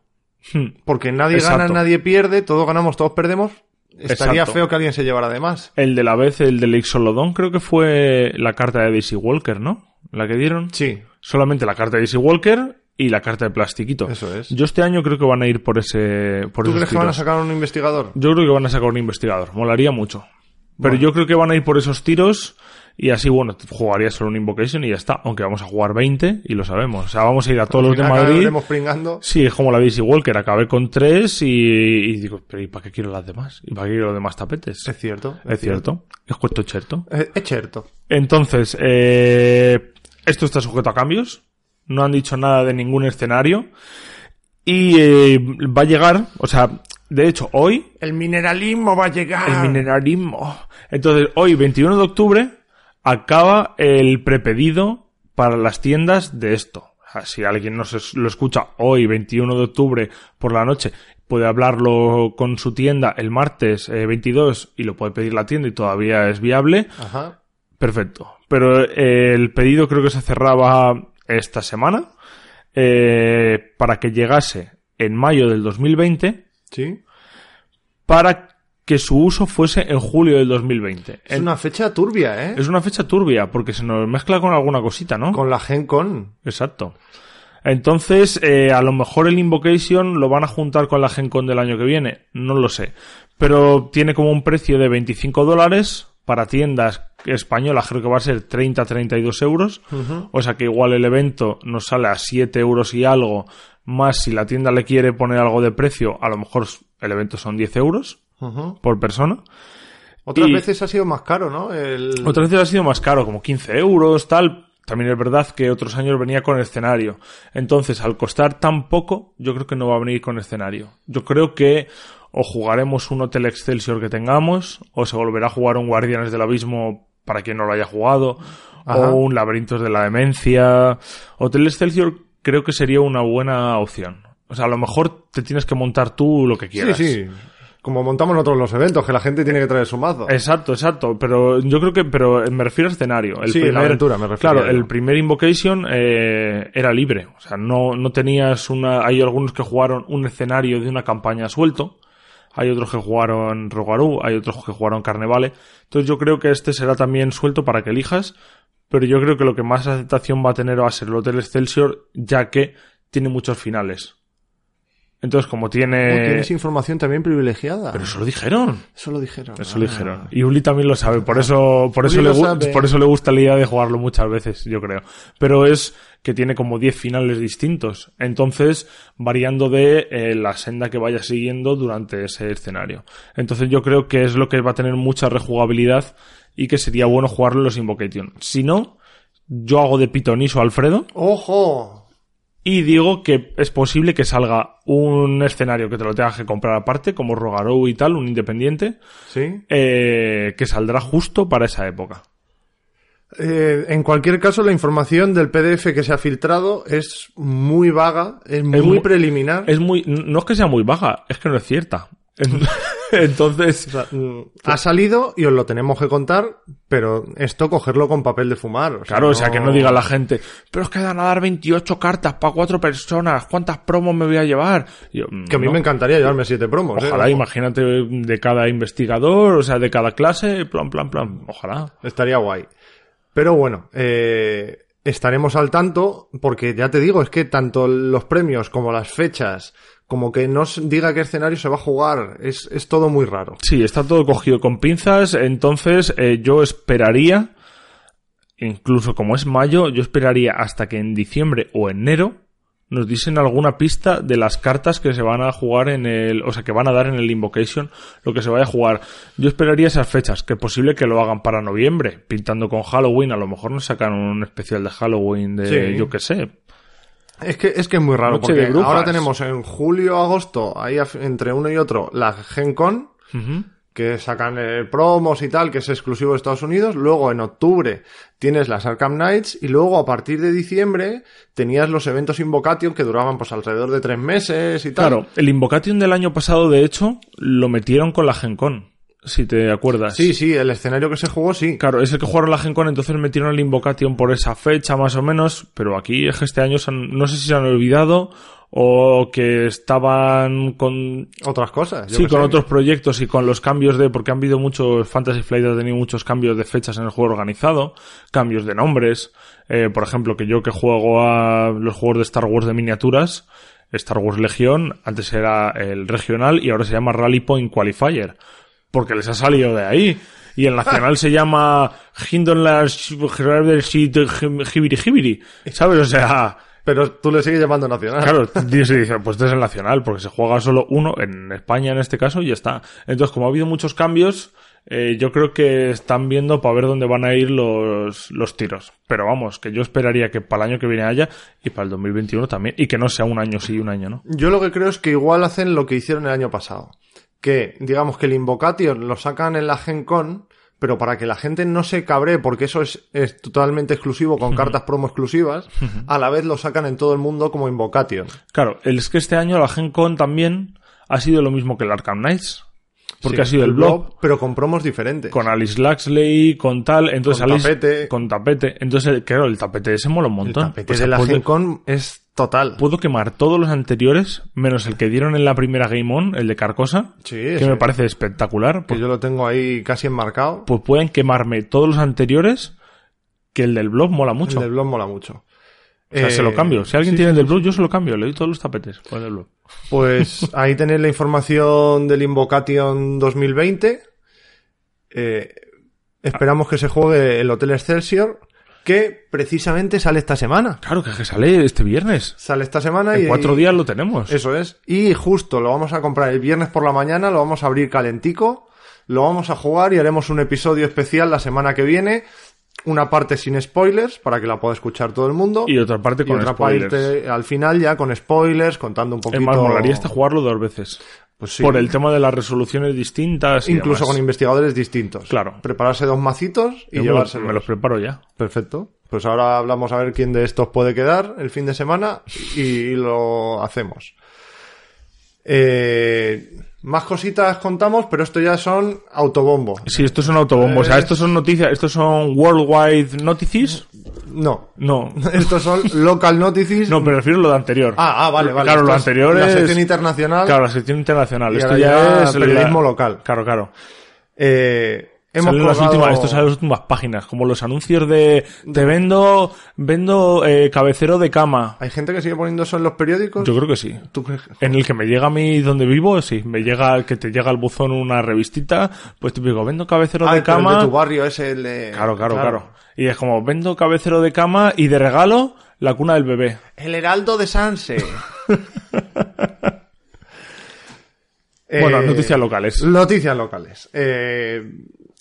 S2: hmm,
S1: Porque nadie
S2: Exacto.
S1: gana, nadie pierde, todos ganamos, todos perdemos. Estaría
S2: Exacto.
S1: feo que alguien se llevara de más.
S2: el de la vez, el del Ixolodón, creo que fue la carta de Daisy Walker, ¿no? La que dieron.
S1: Sí,
S2: solamente la carta de Daisy Walker y la carta de plastiquito.
S1: Eso es.
S2: Yo este año creo que van a ir por ese. Por
S1: ¿Tú
S2: esos
S1: crees que van a
S2: tiros.
S1: sacar un investigador?
S2: Yo creo que van a sacar un investigador. Molaría mucho. Pero yo creo que van a ir por esos tiros. Y así, bueno, jugaría solo un Invocation y ya está. Aunque vamos a jugar 20 y lo sabemos. O sea, vamos a ir a todos los de
S1: Acá
S2: Madrid.
S1: acabaremos pringando.
S2: Sí, es como la Daisy Walker. Acabé con 3 y, y digo, pero ¿y para qué quiero las demás? ¿Y para qué quiero los demás tapetes?
S1: Es cierto.
S2: Es cierto. Es cuento cierto.
S1: Eh, Es cierto.
S2: Entonces, eh, esto está sujeto a cambios. No han dicho nada de ningún escenario. Y eh, va a llegar, o sea, de hecho, hoy,
S1: El mineralismo va a llegar.
S2: el mineralismo. Entonces, hoy, 21 de octubre, acaba el prepedido para las tiendas de esto. O sea, si alguien nos es- lo escucha hoy, 21 de octubre, por la noche, puede hablarlo con su tienda el martes eh, 22 y lo puede pedir la tienda y todavía es viable.
S1: Ajá.
S2: Perfecto. Pero eh, el pedido creo que se cerraba esta semana eh, para que llegase en mayo del 2020
S1: Sí.
S2: para que su uso fuese en julio del 2020.
S1: Es una fecha turbia, ¿eh?
S2: Es una fecha turbia porque se nos mezcla con alguna cosita, ¿no?
S1: Con la Gen Con.
S2: Exacto. Entonces, eh, a lo mejor el Invocation lo van a juntar con la Gen Con del año que viene. No lo sé. Pero tiene como un precio de 25 dólares. Para tiendas españolas creo que va a ser 30-32 euros. O sea que igual el evento nos sale a 7 euros y algo. Más si la tienda le quiere poner algo de precio, a lo mejor el evento son 10 euros
S1: Ujú.
S2: por persona.
S1: Otras
S2: Y-
S1: veces ha sido más caro, ¿no? El...
S2: Otras veces ha sido más caro, como 15 euros, tal. También es verdad que otros años venía con escenario. Entonces, al costar tan poco, yo creo que no va a venir con escenario. Yo creo que o jugaremos un Hotel Excelsior que tengamos, o se volverá a jugar un Guardianes del Abismo para quien no lo haya jugado,
S1: Ajá.
S2: o un Laberintos de la Demencia. Hotel Excelsior creo que sería una buena opción. O sea, a lo mejor te tienes que montar tú lo que
S1: Sí,
S2: quieras.
S1: sí. Como montamos nosotros los eventos, que la gente tiene que traer su mazo.
S2: Exacto, exacto. Pero yo creo que, pero me refiero a escenario. El
S1: Sí, la
S2: primer,
S1: aventura me refiero yo.
S2: Claro, el primer Invocation eh, era libre. O sea, no, no tenías una. Hay algunos que jugaron un escenario de una campaña suelto. Hay otros que jugaron Rogarú, hay otros que jugaron Carnevale. Entonces yo creo que este será también suelto para que elijas. Pero yo creo que lo que más aceptación va a tener va a ser el Hotel Excelsior, ya que tiene muchos finales. Entonces, como
S1: Oh,
S2: tiene.
S1: Tienes información también privilegiada.
S2: eh, Pero eso lo dijeron.
S1: Eso lo dijeron.
S2: Eso lo
S1: Ah.
S2: dijeron. Y Uli también lo sabe, por eso, por
S1: Uli
S2: eso, le,
S1: lo
S2: gu-
S1: sabe.
S2: por eso le gusta la idea de jugarlo muchas veces, yo creo. Pero es que tiene como 10 finales distintos. Entonces, variando de eh, la senda que vaya siguiendo durante ese escenario. Entonces yo creo que es lo que va a tener mucha rejugabilidad y que sería bueno jugarlo en los Invocation. Si no, yo hago de pitoniso a Alfredo
S1: ¡Ojo!
S2: y digo que es posible que salga un escenario que te lo tengas que comprar aparte, como Rogarou y tal, un independiente
S1: Sí.
S2: eh, que saldrá justo para esa época.
S1: Eh, en cualquier caso, la información del PDF que se ha filtrado es muy vaga, es muy,
S2: mu-
S1: preliminar.
S2: Es muy, no es que sea muy baja, es que no
S1: [laughs]
S2: es cierta. Entonces,
S1: O sea, mm, ha salido y os lo tenemos que contar, pero esto cogerlo con papel de fumar. o sea,
S2: claro, o sea, que no diga la gente, pero es que van a dar 28 cartas para cuatro personas, ¿cuántas promos me voy a llevar? Yo, mm,
S1: Que a mí
S2: no.
S1: me encantaría llevarme siete promos. ¿eh?
S2: Ojalá,
S1: Ojo.
S2: imagínate de cada investigador, o sea, de cada clase, plan, plan, plan, ojalá.
S1: Estaría guay. Pero bueno, eh, estaremos al tanto, porque ya te digo, es que tanto los premios como las fechas, como que no se diga qué escenario se va a jugar, es, es todo muy raro.
S2: Sí, está todo cogido con pinzas, entonces eh, yo esperaría, incluso como es mayo, yo esperaría hasta que en diciembre o enero nos dicen alguna pista de las cartas que se van a jugar en el, o sea, que van a dar en el Invocation, lo que se vaya a jugar. Yo esperaría esas fechas, que es posible que lo hagan para noviembre, pintando con Halloween, a lo mejor nos sacan un especial de Halloween de,
S1: Sí.
S2: yo qué sé.
S1: Es que es, que es muy raro,
S2: Noche de
S1: porque
S2: brujas.
S1: ahora tenemos en julio, agosto, ahí af- entre uno y otro, la Gen Con,
S2: Ujú.
S1: que sacan eh, promos y tal, que es exclusivo de Estados Unidos. Luego en octubre tienes las Arkham Knights y luego a partir de diciembre tenías los eventos Invocation que duraban pues alrededor de tres meses y tal.
S2: Claro, el Invocation del año pasado, de hecho, lo metieron con la Gen Con, si te acuerdas.
S1: Sí, sí, el escenario que se jugó sí.
S2: Claro, es el que jugaron la Gen Con, entonces metieron el Invocation por esa fecha más o menos, pero aquí es que este año se han- no sé si se han olvidado o que estaban con
S1: Otras cosas. yo
S2: sí,
S1: qué
S2: con
S1: sé.
S2: otros proyectos y con los cambios de porque han habido muchos Fantasy Flight ha tenido muchos cambios de fechas en el juego organizado, cambios de nombres, eh, por ejemplo, que yo que juego a los juegos de Star Wars de miniaturas, Star Wars Legion, antes era el regional y ahora se llama Rally Point Qualifier, porque les ha salido de ahí. Y el nacional se llama Hindenlands Hibiri Hibiri, ¿sabes? O sea,
S1: Pero tú le sigues llamando nacional.
S2: Claro, dice, dice, pues este es el nacional, porque se juega solo uno, en España en este caso, y ya está. Entonces, como ha habido muchos cambios, eh, yo creo que están viendo para ver dónde van a ir los, los tiros. Pero vamos, que yo esperaría que para el año que viene haya, y para el 2021 también, y que no sea un año sí y un año no.
S1: Yo lo que creo es que igual hacen lo que hicieron el año pasado. Que, digamos que el Invocation lo sacan en la Gen Con, pero para que la gente no se cabree, porque eso es, es totalmente exclusivo con cartas promo exclusivas, a la vez lo sacan en todo el mundo como Invocation.
S2: Claro, el- es que este año la Gen Con también ha sido lo mismo que el Arkham Knights. Porque
S1: Sí,
S2: ha sido el blog,
S1: Pero con promos diferentes.
S2: con Alice Laxley, con tal, entonces
S1: Con
S2: Alice-
S1: tapete.
S2: con tapete. Entonces, claro, el tapete ese mola un
S1: el
S2: montón.
S1: tapete
S2: O sea,
S1: de la
S2: puede-
S1: Gen Con es total.
S2: Puedo quemar todos los anteriores, menos el que dieron en la primera Game On, el de Carcosa,
S1: Sí,
S2: que
S1: ese,
S2: me parece espectacular.
S1: que
S2: Pues,
S1: yo lo tengo ahí casi enmarcado.
S2: pues pueden quemarme todos los anteriores, que el del blog mola mucho.
S1: El del blog mola mucho. Eh,
S2: o sea, se lo cambio. Si alguien tiene el del blog, yo se lo cambio. Le doy todos los tapetes por el del blog. [laughs]
S1: Pues ahí tenéis la información del Invocation 2020. Eh, esperamos que se juegue el Hotel Excelsior, que precisamente sale esta semana.
S2: Claro, que, es que sale este viernes.
S1: Sale esta semana y...
S2: En cuatro días lo tenemos.
S1: Eso es. Y justo lo vamos a comprar el viernes por la mañana, lo vamos a abrir calentico, lo vamos a jugar y haremos un episodio especial la semana que viene. Una parte sin spoilers, para que la pueda escuchar todo el mundo.
S2: Y otra parte
S1: Y
S2: con
S1: otra
S2: spoilers.
S1: parte al final ya con spoilers, contando un
S2: Es
S1: poquito...
S2: más, molaría hasta jugarlo dos veces.
S1: Pues sí.
S2: Por el tema de las resoluciones distintas. y
S1: Incluso
S2: demás.
S1: con investigadores distintos.
S2: Claro.
S1: Prepararse dos macitos y
S2: Yo me lo-
S1: llevárselos.
S2: Me los preparo ya.
S1: Perfecto. Pues ahora hablamos a ver quién de estos puede quedar el fin de semana y lo hacemos. Eh, más cositas contamos, pero esto ya son autobombos.
S2: Sí, estos son autobombos. O
S1: Eh.
S2: sea, estos son noticias. Estos son worldwide notices.
S1: No, [laughs]
S2: No.
S1: estos son local notices.
S2: No, me refiero a lo de anterior.
S1: Ah, ah, vale, vale.
S2: Claro, lo
S1: Esto es
S2: anterior
S1: la
S2: es-
S1: sección internacional.
S2: Claro, la sección internacional.
S1: Y
S2: Esto
S1: ahora
S2: ya
S1: ya
S2: es. la-
S1: periodismo local.
S2: Claro, claro.
S1: Eh, hemos
S2: Salen las
S1: colgado-
S2: últimas, esto sale en las últimas páginas, como los anuncios de te vendo, vendo eh, cabecero de cama.
S1: Hay gente que sigue poniendo eso en los periódicos.
S2: Yo creo que sí.
S1: ¿Tú crees que-
S2: En el que me llega a mí donde vivo, sí, me llega el que te llega al buzón una revistita, pues te digo, vendo cabecero
S1: Ah,
S2: de
S1: pero el
S2: cama.
S1: de tu barrio es el de...
S2: Claro, claro, claro, Y es como, vendo cabecero de cama y de regalo la cuna del bebé.
S1: El Heraldo de
S2: [laughs]
S1: Sanse. Eh,
S2: Bueno, noticias locales.
S1: Noticias locales. Eh,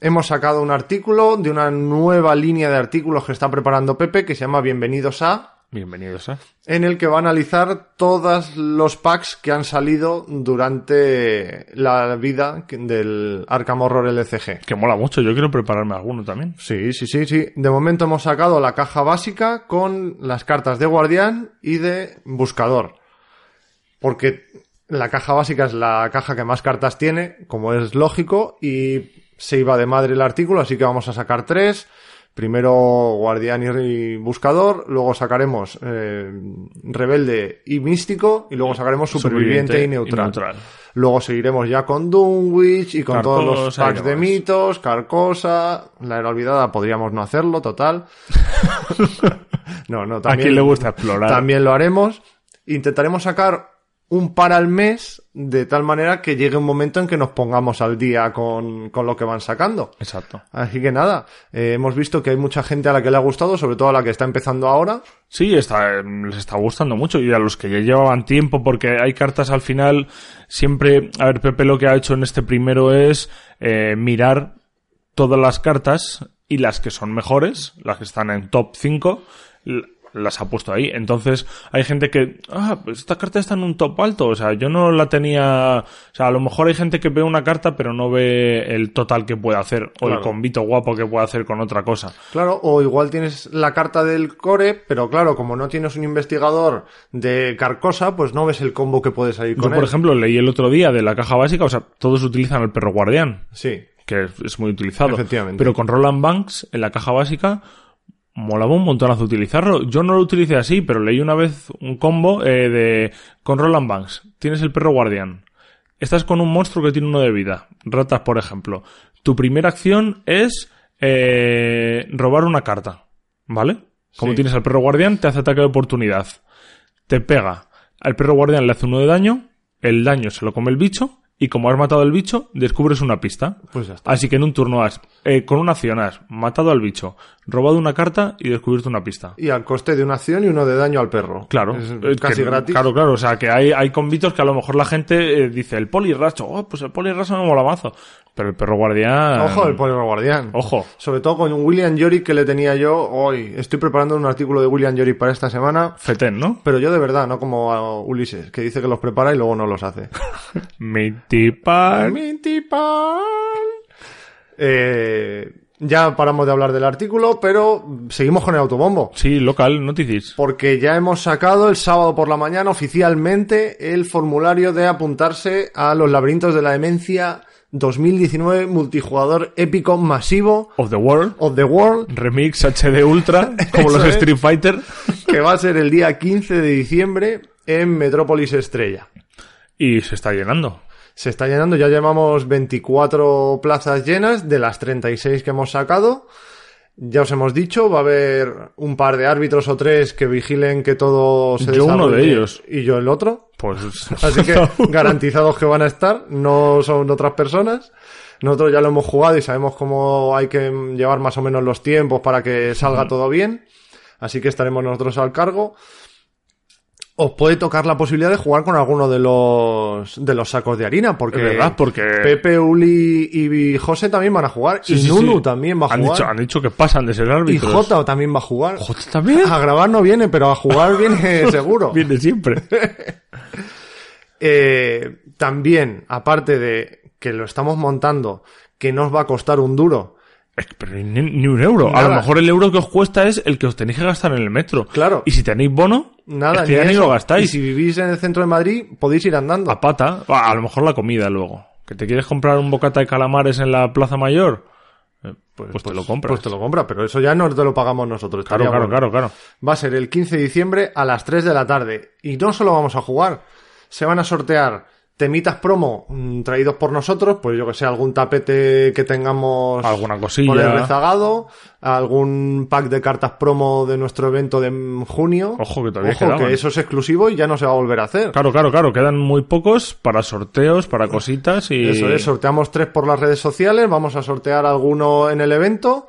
S1: hemos sacado un artículo de una nueva línea de artículos que está preparando Pepe que se llama Bienvenidos a,
S2: Bienvenidos, ¿eh?
S1: en el que va a analizar todos los packs que han salido durante la vida del Arkham Horror LCG.
S2: Que mola mucho, yo quiero prepararme alguno también.
S1: Sí, sí, sí, sí. De momento hemos sacado la caja básica con las cartas de guardián y de buscador. Porque la caja básica es la caja que más cartas tiene, como es lógico, y se iba de madre el artículo, así que vamos a sacar tres. Primero guardián y buscador, luego sacaremos eh, rebelde y místico, y luego sacaremos superviviente,
S2: Superviviente
S1: y, neutral.
S2: y neutral.
S1: Luego seguiremos ya con Dunwich y con todos los
S2: Carcosa y
S1: packs de
S2: demás.
S1: mitos, Carcosa, la era olvidada, podríamos no hacerlo,
S2: [laughs]
S1: total. no, no,
S2: ¿A
S1: también,
S2: quién le gusta explorar?
S1: también lo haremos. Intentaremos sacar un par al mes de tal manera que llegue un momento en que nos pongamos al día con, con lo que van sacando.
S2: Exacto.
S1: Así que nada, eh, hemos visto que hay mucha gente a la que le ha gustado, sobre todo a la que está empezando ahora.
S2: Sí, está, em, les está gustando mucho y a los que ya llevaban tiempo, porque hay cartas al final, siempre, a ver, Pepe lo que ha hecho en este primero es eh, mirar todas las cartas y las que son mejores, las que están en top 5, l- las ha puesto ahí. Entonces, hay gente que, ah, pues esta carta está en un top alto, o sea, yo no la tenía, o sea, a lo mejor hay gente que ve una carta pero no ve el total que puede hacer o el
S1: Claro.
S2: convito guapo que puede hacer con otra cosa.
S1: Claro, o igual tienes la carta del core, pero claro, como no tienes un investigador de Carcosa, pues no ves el combo que puede salir
S2: Yo,
S1: con
S2: por
S1: él.
S2: ejemplo, leí el otro día de la caja básica, o sea, todos utilizan el perro guardián,
S1: Sí,
S2: que es muy utilizado.
S1: Efectivamente.
S2: Pero con Roland Banks, en la caja básica, molaba un montonazo utilizarlo. Yo no lo utilicé así, pero leí una vez un combo eh, de... Con Roland Banks, tienes el perro guardián. Estás con un monstruo que tiene uno de vida. Ratas, por ejemplo. Tu primera acción es eh, robar una carta. ¿Vale? Como
S1: Sí.
S2: tienes al perro guardián, te hace ataque de oportunidad te pega. Al perro guardián le hace uno de daño, el daño se lo come el bicho, y como has matado al bicho, descubres una pista.
S1: pues ya está.
S2: Así que en un turno has, eh, con una acción has matado al bicho, robado una carta y descubierto una pista.
S1: Y al coste de una acción y uno de daño al perro.
S2: Claro,
S1: Es
S2: eh,
S1: casi
S2: que-
S1: gratis.
S2: Claro, claro, o sea que hay, hay convitos que a lo mejor la gente eh, dice el polirracho, oh, pues el polirracho me mola mazo. Pero el perro guardián.
S1: Ojo el poner guardián.
S2: Ojo.
S1: Sobre todo con William Yorick que le tenía yo hoy. Estoy preparando un artículo de William Yorick para esta semana.
S2: Feten, ¿no?
S1: Pero yo de verdad, no como a Ulises, que dice que los prepara y luego no los hace.
S2: Mitipan.
S1: Mintipal. Eh, ya paramos de hablar del artículo, pero seguimos con el autobombo.
S2: Sí, local, noticias.
S1: Porque ya hemos sacado el sábado por la mañana oficialmente el formulario de apuntarse a los laberintos de la demencia 2019 multijugador épico masivo
S2: Of the World.
S1: of the world
S2: Remix HD
S1: [laughs]
S2: Ultra, como
S1: Eso
S2: los
S1: es.
S2: Street Fighter.
S1: que va a ser el día 15 de diciembre en Metrópolis Estrella.
S2: Y se está llenando.
S1: Se está llenando, ya llevamos 24 plazas llenas de las 36 que hemos sacado. Ya os hemos dicho, va a haber un par de árbitros o tres que vigilen que todo se
S2: Yo uno de
S1: desarrolle
S2: ellos.
S1: y yo el otro.
S2: Pues.
S1: Así
S2: [laughs]
S1: que garantizados que van a estar, no son otras personas. Nosotros ya lo hemos jugado y sabemos cómo hay que llevar más o menos los tiempos para que salga todo bien. Así que estaremos nosotros al cargo. Os puede tocar la posibilidad de jugar con alguno de los de los sacos de harina, porque
S2: Es verdad, porque-
S1: Pepe, Uli y José también van a jugar,
S2: Sí,
S1: y
S2: sí, sí.
S1: Nunu también va a
S2: han
S1: jugar,
S2: Dicho, han dicho que pasan de ser
S1: y
S2: árbitros.
S1: Jota Ah. también va a jugar.
S2: Jota [laughs] también. [laughs]
S1: A grabar no viene, pero a jugar viene seguro.
S2: Viene siempre.
S1: Eh, también, aparte de que lo estamos montando, que no os va a costar un duro,
S2: Es que, Pero ni, ni un euro. A
S1: Nada.
S2: lo mejor el euro que os cuesta es el que os tenéis que gastar en el metro.
S1: Claro.
S2: Y si tenéis bono,
S1: nada,
S2: es que ya
S1: eso.
S2: ni Este lo gastáis. Ah,
S1: Y si vivís en el centro de Madrid, podéis ir andando.
S2: A pata. A a lo mejor la comida luego. ¿Que te quieres comprar un bocata de calamares en la Plaza Mayor? Eh, Pues, te lo compras.
S1: Pues te lo compras, pero eso ya no te lo pagamos nosotros.
S2: Claro,
S1: estaría
S2: claro,
S1: bueno.
S2: claro, claro.
S1: Va a ser el 15 de diciembre a las 3 de la tarde. Y no solo vamos a jugar, se van a sortear temitas promo mm, traídos por nosotros, pues yo que sé, algún tapete que tengamos
S2: Alguna
S1: por el
S2: cosilla.
S1: rezagado, algún pack de cartas promo de nuestro evento de mm, junio.
S2: Ojo, que todavía
S1: Ojo,
S2: quedaban.
S1: que eso es exclusivo y ya no se va a volver a hacer.
S2: Claro, claro, claro. Quedan muy pocos para sorteos, para cositas y...
S1: Eso es, sorteamos tres por las redes sociales, vamos a sortear alguno en el evento,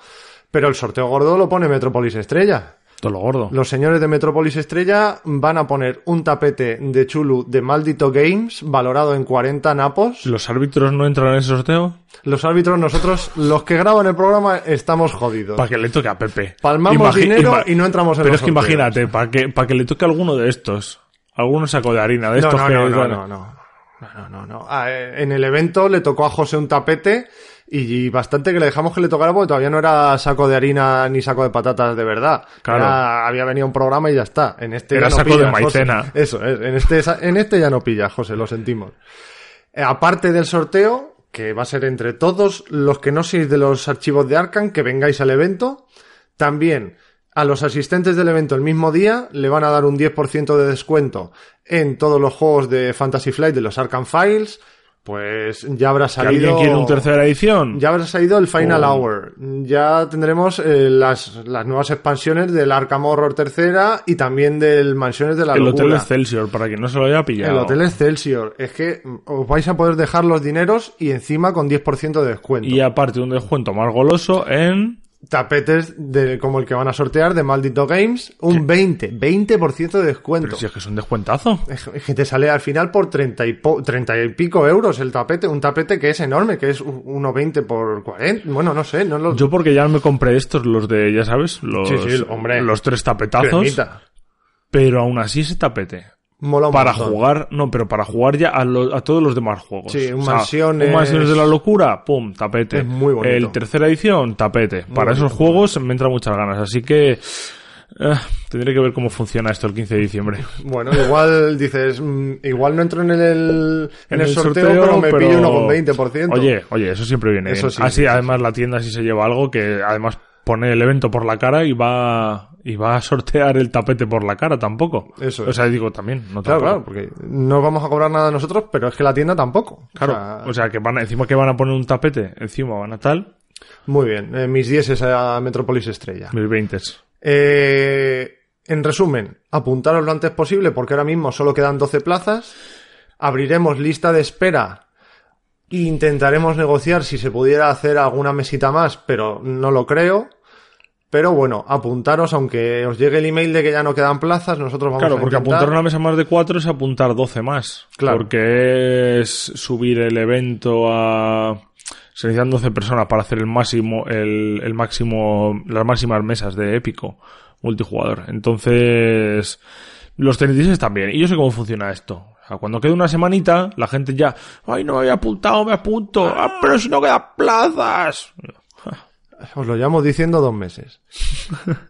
S1: pero el sorteo gordo lo pone Metropolis Estrella.
S2: Todo lo gordo.
S1: Los señores de Metropolis Estrella van a poner un tapete de Chulu de Maldito Games, valorado en 40 napos.
S2: ¿Los árbitros no entran en ese sorteo?
S1: Los árbitros, nosotros, los que graban el programa, estamos jodidos.
S2: Para que le toque a Pepe.
S1: Palmamos dinero y no entramos en
S2: Pero
S1: los
S2: es que
S1: sorteos.
S2: imagínate, para que, para que le toque a alguno de estos. Alguno saco de harina de
S1: no,
S2: estos
S1: no,
S2: que...
S1: no, no,
S2: bueno,
S1: no, no. No, no, no, no. Ah, eh, en el evento le tocó a José un tapete y bastante que le dejamos que le tocara porque todavía no era saco de harina ni saco de patatas de verdad.
S2: Claro.
S1: Era- había venido un programa y ya está. En este ya
S2: Era
S1: no
S2: saco de
S1: pillas,
S2: maicena.
S1: José. Eso es. En este, sa- en este ya no pillas, José, lo sentimos. Eh, aparte del sorteo, que va a ser entre todos los que no seáis de los archivos de Arkham, que vengáis al evento. También a los asistentes del evento el mismo día le van a dar un 10% de descuento en todos los juegos de Fantasy Flight de los Arkham Files. Pues ya habrá
S2: ¿Que
S1: salido.
S2: alguien quiere un tercera edición?
S1: Ya habrá salido el Final
S2: Oh.
S1: Hour. Ya tendremos eh, las, las nuevas expansiones del Arkham Horror tercera y también del Mansiones de la
S2: el
S1: Locura.
S2: Hotel Excelsior, para quien no se lo haya pillado.
S1: El Hotel Excelsior. Es que mm, os vais a poder dejar los dineros y encima con 10% de descuento.
S2: Y aparte, un descuento más goloso en...
S1: Tapetes de, como el que van a sortear de Maldito Games, un 20, 20% de descuento.
S2: Pero si es que es un descuentazo.
S1: Es que- es que te sale al final por 30 y, po- 30 y pico euros el tapete, un tapete que es enorme, que es u- 1,20 por 40. Bueno, no sé, no lo.
S2: Yo porque ya me compré estos, los de, ya sabes, los,
S1: Sí, sí, hombre.
S2: los tres tapetazos.
S1: Cremita.
S2: Pero aún así ese tapete.
S1: Mola un
S2: Para
S1: montón.
S2: jugar, no, pero para jugar ya a, lo- a todos los demás juegos.
S1: Sí, un
S2: O sea,
S1: Mansiones.
S2: un Mansiones de la Locura, pum, tapete.
S1: Es muy bonito.
S2: El tercera edición, tapete. para esos juegos me entran muchas ganas, así que eh, tendré que ver cómo funciona esto el 15 de diciembre.
S1: Bueno, igual [laughs] dices, mm, igual no entro en el, en el sorteo, pero me pillo uno con 20%.
S2: Oye, oye, eso siempre viene
S1: Eso
S2: bien.
S1: sí,
S2: así,
S1: eso
S2: además, la tienda sí se lleva algo que además pone el evento por la cara y va, y va a sortear el tapete por la cara tampoco.
S1: Eso
S2: O
S1: es.
S2: sea, digo también, no
S1: Claro,
S2: tampoco.
S1: claro, porque no vamos a cobrar nada nosotros, pero es que la tienda tampoco.
S2: Claro, pues-
S1: O sea,
S2: o sea, que van a- encima que van a poner un tapete, encima van a tal,
S1: muy bien, eh, mis 10 es a Metrópolis Estrella.
S2: mis 20s.
S1: Eh, en resumen, apuntaros lo antes posible porque ahora mismo solo quedan 12 plazas. Abriremos lista de espera. e Intentaremos negociar si se pudiera hacer alguna mesita más, pero no lo creo. Pero bueno, apuntaros, aunque os llegue el email de que ya no quedan plazas, nosotros vamos
S2: Claro,
S1: a
S2: porque
S1: intentar-
S2: apuntar una mesa más de 4 es apuntar 12 más.
S1: Claro.
S2: Porque es subir el evento a... Se necesitan 12 personas para hacer el máximo, el, el máximo, las máximas mesas de épico multijugador. Entonces, los 36 también. Y yo sé cómo funciona esto. O sea, cuando queda una semanita, la gente ya, ay, no me había apuntado, me apunto, ah, pero si no quedan plazas.
S1: Os lo llevamos diciendo dos meses.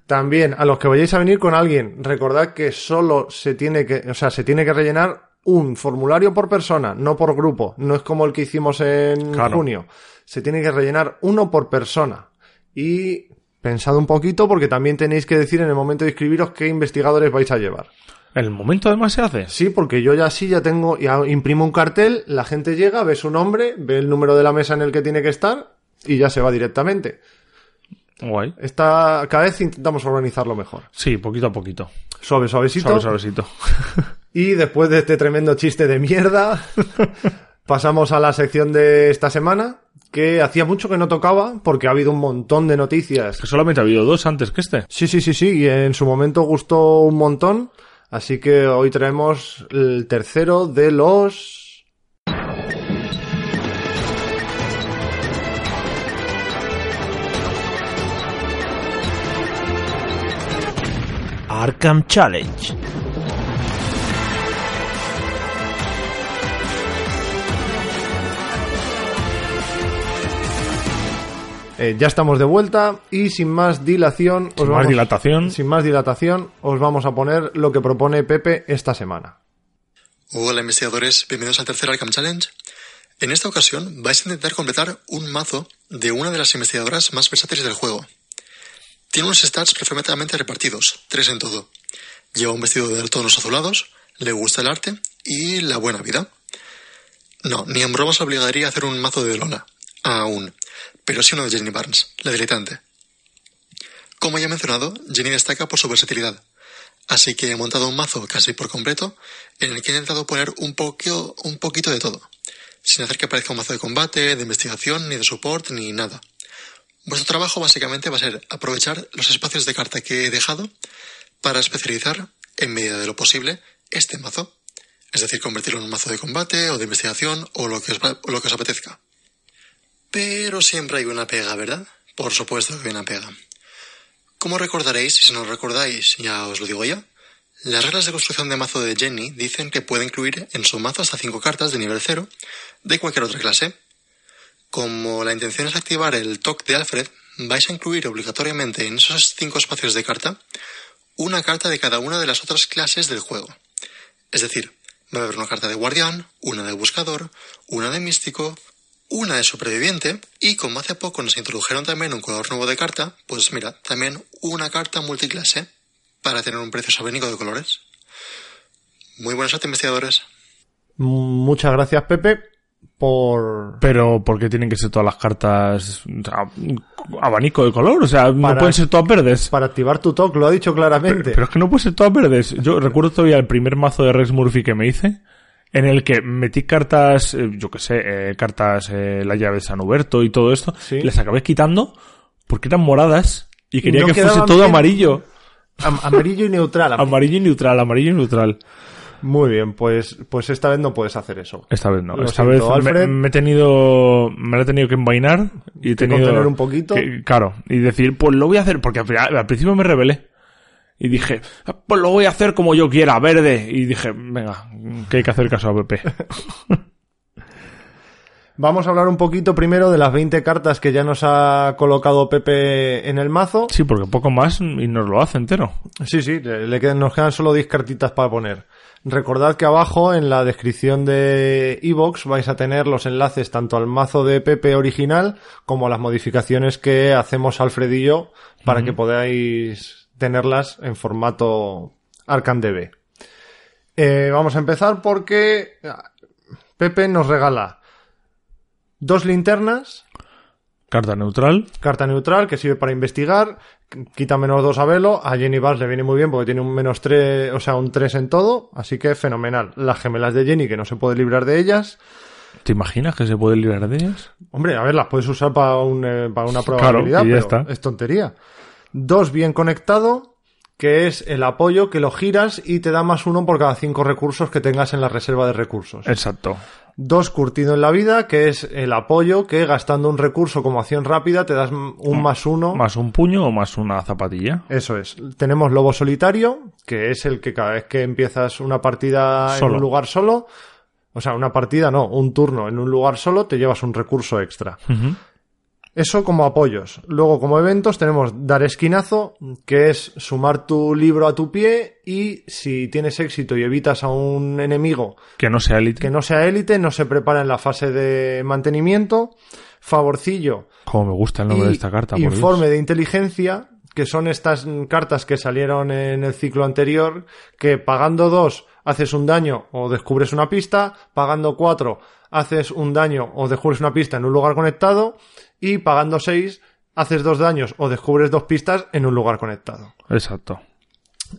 S1: También, a los que vayáis a venir con alguien, recordad que solo se tiene que, o sea, se tiene que rellenar un formulario por persona, no por grupo. No es como el que hicimos en
S2: Claro.
S1: junio. Se tiene que rellenar uno por persona. Y pensad un poquito porque también tenéis que decir en el momento de inscribiros qué investigadores vais a llevar.
S2: En el momento además se hace.
S1: Sí, porque yo ya sí, ya tengo, ya imprimo un cartel, la gente llega, ve su nombre, ve el número de la mesa en el que tiene que estar y ya se va directamente.
S2: Guay.
S1: Está, cada vez intentamos organizarlo mejor.
S2: Sí, poquito a poquito.
S1: Suave, suavecito.
S2: Suave, suavecito.
S1: Y después de este tremendo chiste de mierda, [laughs] pasamos a la sección de esta semana, que hacía mucho que no tocaba, porque ha habido un montón de noticias.
S2: Que solamente ha habido dos antes que este.
S1: Sí, sí, sí, sí, y en su momento gustó un montón, así que hoy traemos el tercero de los...
S3: Arkham Challenge.
S1: Eh, ya estamos de vuelta y sin más dilación... os
S2: Sin más dilatación.
S1: Sin más dilatación, os vamos a poner lo que propone Pepe esta semana.
S4: Hola investigadores, bienvenidos al tercer Arkham Challenge. En esta ocasión vais a intentar completar un mazo de una de las investigadoras más versátiles del juego. Tiene unos stats perfectamente repartidos, tres en todo. Lleva un vestido de tonos azulados, le gusta el arte y la buena vida. No, ni en broma se obligaría a hacer un mazo de lona, aún, pero sí uno de Jenny Barnes, la diletante. Como ya he mencionado, Jenny destaca por su versatilidad, Así que he montado un mazo casi por completo en el que he intentado poner un, poquio- un poquito de todo, sin hacer que parezca un mazo de combate, de investigación, ni de support, ni nada. Vuestro trabajo básicamente va a ser aprovechar los espacios de carta que he dejado para especializar, en medida de lo posible, este mazo. Es decir, convertirlo en un mazo de combate o de investigación o lo que os, va- o lo que os apetezca. Pero siempre hay una pega, ¿verdad? Por supuesto que hay una pega. Como recordaréis, y si no lo recordáis, ya os lo digo yo, las reglas de construcción de mazo de Jenny dicen que puede incluir en su mazo hasta 5 cartas de nivel 0 de cualquier otra clase. Como la intención es activar el TOC de Alfred, vais a incluir obligatoriamente en esos 5 espacios de carta una carta de cada una de las otras clases del juego. Es decir, va a haber una carta de guardián, una de buscador, una de místico, una de superviviente y como hace poco nos introdujeron también un color nuevo de carta, pues mira, también una carta multiclase para tener un precio abanico de colores. Muy buenas noches, investigadores.
S1: Muchas gracias, Pepe, por...
S2: Pero, ¿por qué tienen que ser todas las cartas o sea, abanico de color? O sea, no
S1: Para-
S2: pueden ser todas verdes.
S1: Para activar tu TOC, lo ha dicho claramente.
S2: Pero es que no pueden ser todas verdes. Yo recuerdo todavía el primer mazo de Rex Murphy que me hice, en el que metí cartas, eh, yo qué sé, eh, cartas, eh, la llave de San Huberto y todo esto,
S1: Sí.
S2: y las acabé quitando porque eran moradas y quería
S1: no
S2: que fuese
S1: quedaban
S2: todo
S1: bien. Ah.
S2: amarillo.
S1: Am- amarillo y neutral. am-
S2: Amarillo y neutral, amarillo y neutral.
S1: Muy bien, pues, pues esta vez no puedes hacer eso.
S2: Esta vez no.
S1: Lo
S2: Esta
S1: siento,
S2: vez me-
S1: Alfred.
S2: me, he tenido. Me la he tenido que envainar y he
S1: Que
S2: tenido.
S1: contener un poquito.
S2: que- claro. Y decir, pues lo voy a hacer. Porque al, final- al principio me rebelé. Y dije, "Ah, pues lo voy a hacer como yo quiera, verde. Y dije, venga, que hay que hacer caso a
S1: [laughs]
S2: Pepe.
S1: Vamos a hablar un poquito primero de las 20 cartas que ya nos ha colocado Pepe en el mazo.
S2: Sí, porque poco más y nos lo hace entero.
S1: Sí, sí, le le quedan, nos quedan solo 10 cartitas para poner. Recordad que abajo en la descripción de iVoox vais a tener los enlaces tanto al mazo de Pepe original como a las modificaciones que hacemos Alfred y yo para que podáis tenerlas en formato ArcanDB. Eh, vamos a empezar porque ah, Pepe nos regala dos linternas,
S2: Carta neutral.
S1: carta neutral que sirve para investigar, qu- quita menos 2 a Velo, a Jenny Valls le viene muy bien porque tiene un menos 3, o sea, un 3 en todo, así que fenomenal. Las gemelas de Jenny que no se puede librar de ellas.
S2: ¿Te imaginas que se puede librar de ellas?
S1: Hombre, a ver, las puedes usar para, un, eh, para una
S2: Claro,
S1: probabilidad,
S2: y ya
S1: pero
S2: está.
S1: es tontería. Dos bien conectado, que es el apoyo que lo giras y te da más uno por cada cinco recursos que tengas en la reserva de recursos.
S2: Exacto.
S1: Dos curtido en la vida, que es el apoyo que gastando un recurso como acción rápida te das m- un más uno
S2: Mm, Más un puño o más una zapatilla.
S1: Eso es. Tenemos Lobo Solitario, que es el que cada vez que empiezas una partida en
S2: Solo.
S1: un lugar solo, o sea, una partida no, un turno en un lugar solo, te llevas un recurso extra.
S2: Ujú.
S1: Eso como apoyos. Luego, como eventos, tenemos Dar Esquinazo, que es sumar tu libro a tu pie y si tienes éxito y evitas a un enemigo
S2: Que no sea élite.
S1: que no sea élite, no se prepara en la fase de mantenimiento. Favorcillo,
S2: Como me gusta el nombre
S1: y
S2: de esta carta. por Dios.
S1: Informe de inteligencia, que son estas mm, cartas que salieron en el ciclo anterior, que pagando dos haces un daño o descubres una pista, pagando cuatro haces un daño o descubres una pista en un lugar conectado, y pagando seis haces dos daños o descubres dos pistas en un lugar conectado.
S2: Exacto.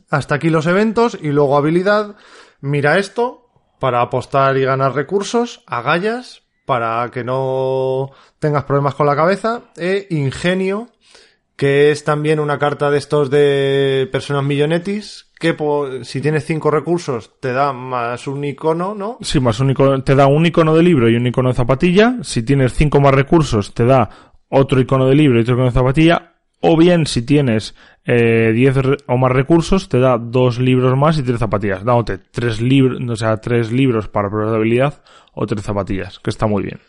S1: Hasta aquí los eventos y luego habilidad. Mira esto para apostar y ganar recursos, agallas para que no tengas problemas con la cabeza e ingenio que es también una carta de estos de personas millonetis que po- si tienes cinco recursos te da más un icono, ¿no?
S2: Sí, más un icono, te da un icono de libro y un icono de zapatilla. Si tienes cinco más recursos, te da otro icono de libro y otro icono de zapatilla. O bien, si tienes eh, 10 re- o más recursos, te da dos libros más y tres zapatillas. Dándote tres libros, o sea, tres libros para probabilidad o tres zapatillas, que está muy bien.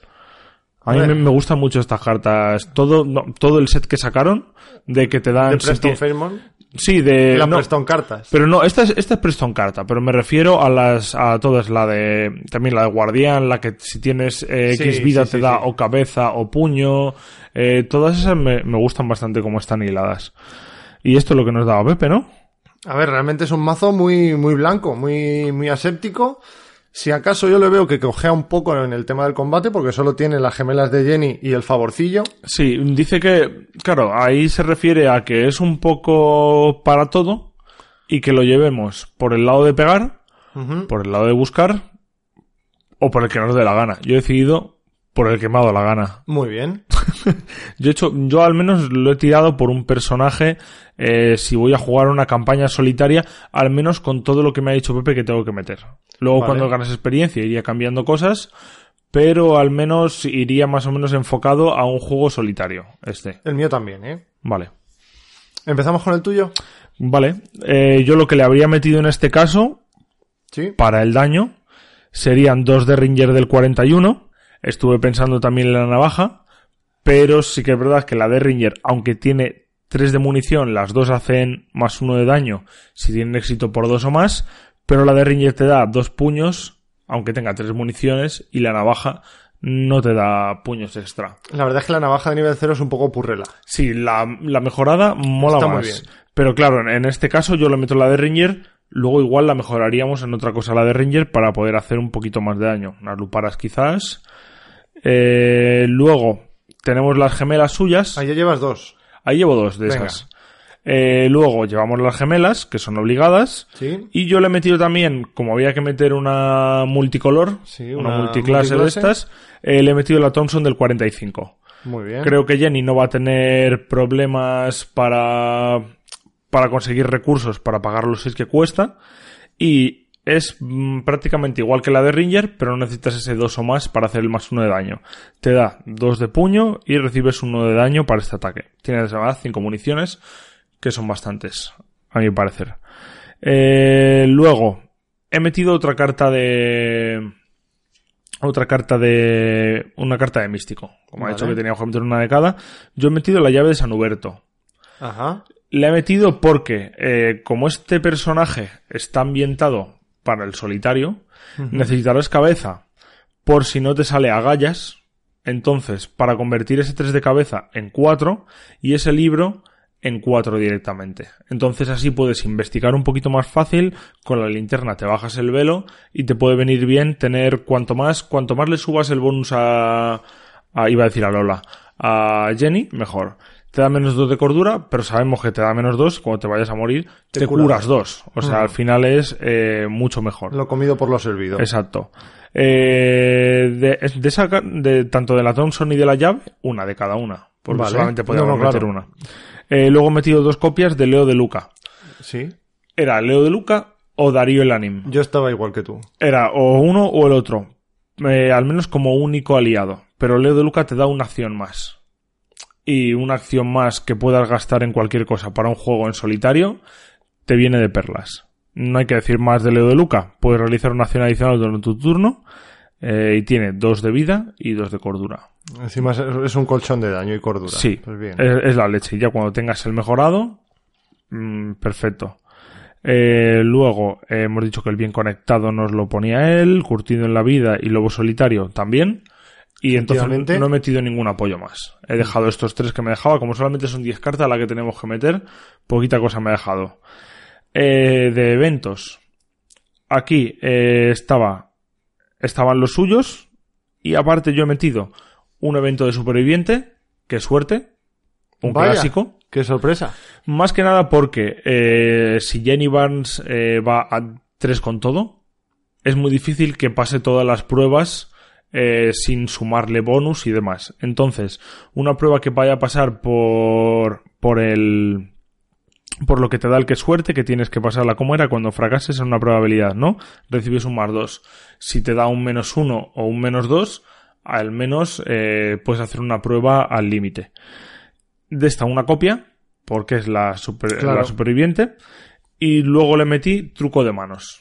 S2: A mí
S1: Hombre.
S2: me, me gustan mucho estas cartas. Todo, no, todo el set que sacaron de que te dan...
S1: De Preston
S2: senti-
S1: Fairmont.
S2: Sí, de...
S1: La
S2: Eh, no,
S1: Preston Cartas.
S2: Pero no, esta es, esta es Preston Carta, pero me refiero a las a todas, la de también la de Guardián, la que si tienes eh,
S1: Sí,
S2: X vida
S1: sí,
S2: te
S1: sí,
S2: da
S1: sí.
S2: o cabeza o puño, eh, todas esas me, me gustan bastante como están hiladas. Y esto es lo que nos daba Pepe, ¿no?
S1: A ver, realmente es un mazo muy, muy blanco, muy, muy aséptico. Si acaso yo le veo que cojea un poco en el tema del combate, porque solo tiene las gemelas de Jenny y el favorcillo.
S2: Sí, dice que, claro, ahí se refiere a que es un poco para todo y que lo llevemos por el lado de pegar,
S1: Ujú.
S2: por el lado de buscar o por el que nos dé la gana. Yo he decidido por el que me ha dado la gana.
S1: Muy bien.
S2: Yo, he hecho, yo al menos lo he tirado por un personaje, eh, si voy a jugar una campaña solitaria, al menos con todo lo que me ha dicho Pepe que tengo que meter. Luego
S1: Vale.
S2: cuando ganas experiencia iría cambiando cosas, pero al menos iría más o menos enfocado a un juego solitario. Este,
S1: El mío también, ¿eh?
S2: vale.
S1: ¿Empezamos con el tuyo?
S2: Vale, eh, yo lo que le habría metido en este caso
S1: Sí.
S2: para el daño serían dos de Ringer del 41. Estuve pensando también en la navaja, pero sí que es verdad que la de Ringer, aunque tiene tres de munición, las dos hacen más uno de daño si tienen éxito por dos o más, pero la de Ringer te da dos puños, aunque tenga tres municiones, y la navaja no te da puños extra.
S1: La verdad es que la navaja de nivel cero es un poco purrela.
S2: Sí, la, la mejorada mola
S1: Está muy
S2: más.
S1: bien.
S2: Pero claro, en, en este caso yo le meto la de Ranger, luego igual la mejoraríamos en otra cosa la de Ranger para poder hacer un poquito más de daño. Unas luparas quizás. Eh, luego tenemos las gemelas suyas.
S1: Ahí ya llevas dos.
S2: Ahí llevo dos de
S1: Venga.
S2: esas. Eh, luego llevamos las gemelas, que son obligadas.
S1: Sí.
S2: Y yo le he metido también, como había que meter una multicolor,
S1: Sí,
S2: una,
S1: una
S2: multiclase,
S1: multiclase.
S2: de estas, eh, le he metido la Thompson del 45.
S1: Muy bien.
S2: Creo que Jenny no va a tener problemas para, para conseguir recursos para pagar los 6 que cuesta. Y es mm, prácticamente igual que la de Ringer, pero no necesitas ese 2 o más para hacer el más 1 de daño. Te da 2 de puño y recibes 1 de daño para este ataque. Tienes además 5 municiones, que son bastantes, a mi parecer. Eh, luego, he metido otra carta de... Otra carta de... Una carta de místico. Como ha
S1: Vale.
S2: dicho que teníamos que meter una de cada. Yo he metido la llave de San Huberto.
S1: Ajá.
S2: La he metido porque, eh, como este personaje está ambientado para el solitario, necesitarás cabeza por si no te sale agallas. Entonces, para convertir ese 3 de cabeza en 4 y ese libro en 4 directamente. Entonces así puedes investigar un poquito más fácil, con la linterna te bajas el velo y te puede venir bien tener cuanto más, cuanto más le subas el bonus a, a- iba a decir a Lola, a Jenny, mejor. Te da menos 2 de cordura, pero sabemos que te da menos 2, cuando te vayas a morir, te,
S1: Te
S2: curas
S1: curas.
S2: 2. O sea, al final es eh, mucho mejor.
S1: Lo comido por lo servido.
S2: Exacto. Eh, de, es- de esa ca- de- tanto de la Thompson y de la llave, una de cada una. Porque
S1: Vale.
S2: solamente podíamos
S1: No, no,
S2: meter
S1: claro.
S2: una. Eh, luego he metido dos copias de Leo de Luca.
S1: Sí.
S2: Era Leo de Luca o Darío el Anim.
S1: Yo estaba igual que tú.
S2: Era o uno o el otro. Eh, al menos como único aliado. Pero Leo de Luca te da una acción más. Y una acción más que puedas gastar en cualquier cosa para un juego en solitario te viene de perlas. No hay que decir más de Leo de Luca. Puedes realizar una acción adicional durante tu turno eh, y tiene dos de vida y dos de cordura.
S1: Encima es- es un colchón de daño y cordura.
S2: Sí, Eh,
S1: Pues bien.
S2: Es, es la leche. Y ya cuando tengas el mejorado, mm, perfecto. Eh, luego eh, hemos dicho que el bien conectado nos lo ponía él, curtido en la vida y lobo solitario también. Y entonces
S1: Efectivamente.
S2: no he metido ningún apoyo más. He dejado estos tres que me dejaba, como solamente son 10 cartas las que tenemos que meter, poquita cosa me ha dejado. Eh, de eventos. Aquí eh, estaba estaban los suyos y aparte yo he metido un evento de superviviente, que suerte, un
S1: Vaya.
S2: clásico.
S1: Qué sorpresa.
S2: Más que nada porque eh, si Jenny Barnes eh, va a 3 con todo, es muy difícil que pase todas las pruebas eh, sin sumarle bonus y demás. Entonces, una prueba que vaya a pasar por, por el... Por lo que te da el que es suerte, que tienes que pasarla como era cuando fracases en una probabilidad, ¿no? Recibes un más 2. Si te da un menos 1 o un menos 2, al menos eh, puedes hacer una prueba al límite de esta una copia, porque es la, super-
S1: Claro.
S2: la superviviente, y luego le metí truco de manos.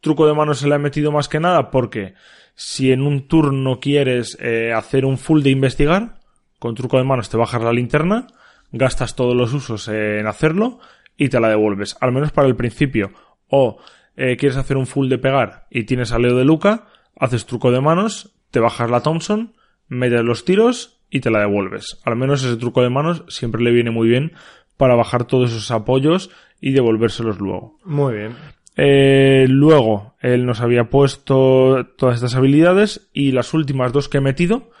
S2: truco de mano se le ha metido más que nada porque si en un turno quieres eh, hacer un full de investigar, con truco de manos te bajas la linterna, gastas todos los usos eh, en hacerlo y te la devuelves, al menos para el principio. O eh, quieres hacer un full de pegar y tienes a Leo de Luca, haces truco de manos, te bajas la Thompson, metes los tiros y te la devuelves. Al menos ese truco de manos siempre le viene muy bien para bajar todos esos apoyos y devolvérselos luego.
S1: Muy bien.
S2: Eh, luego, él nos había puesto todas estas habilidades y las últimas dos que he metido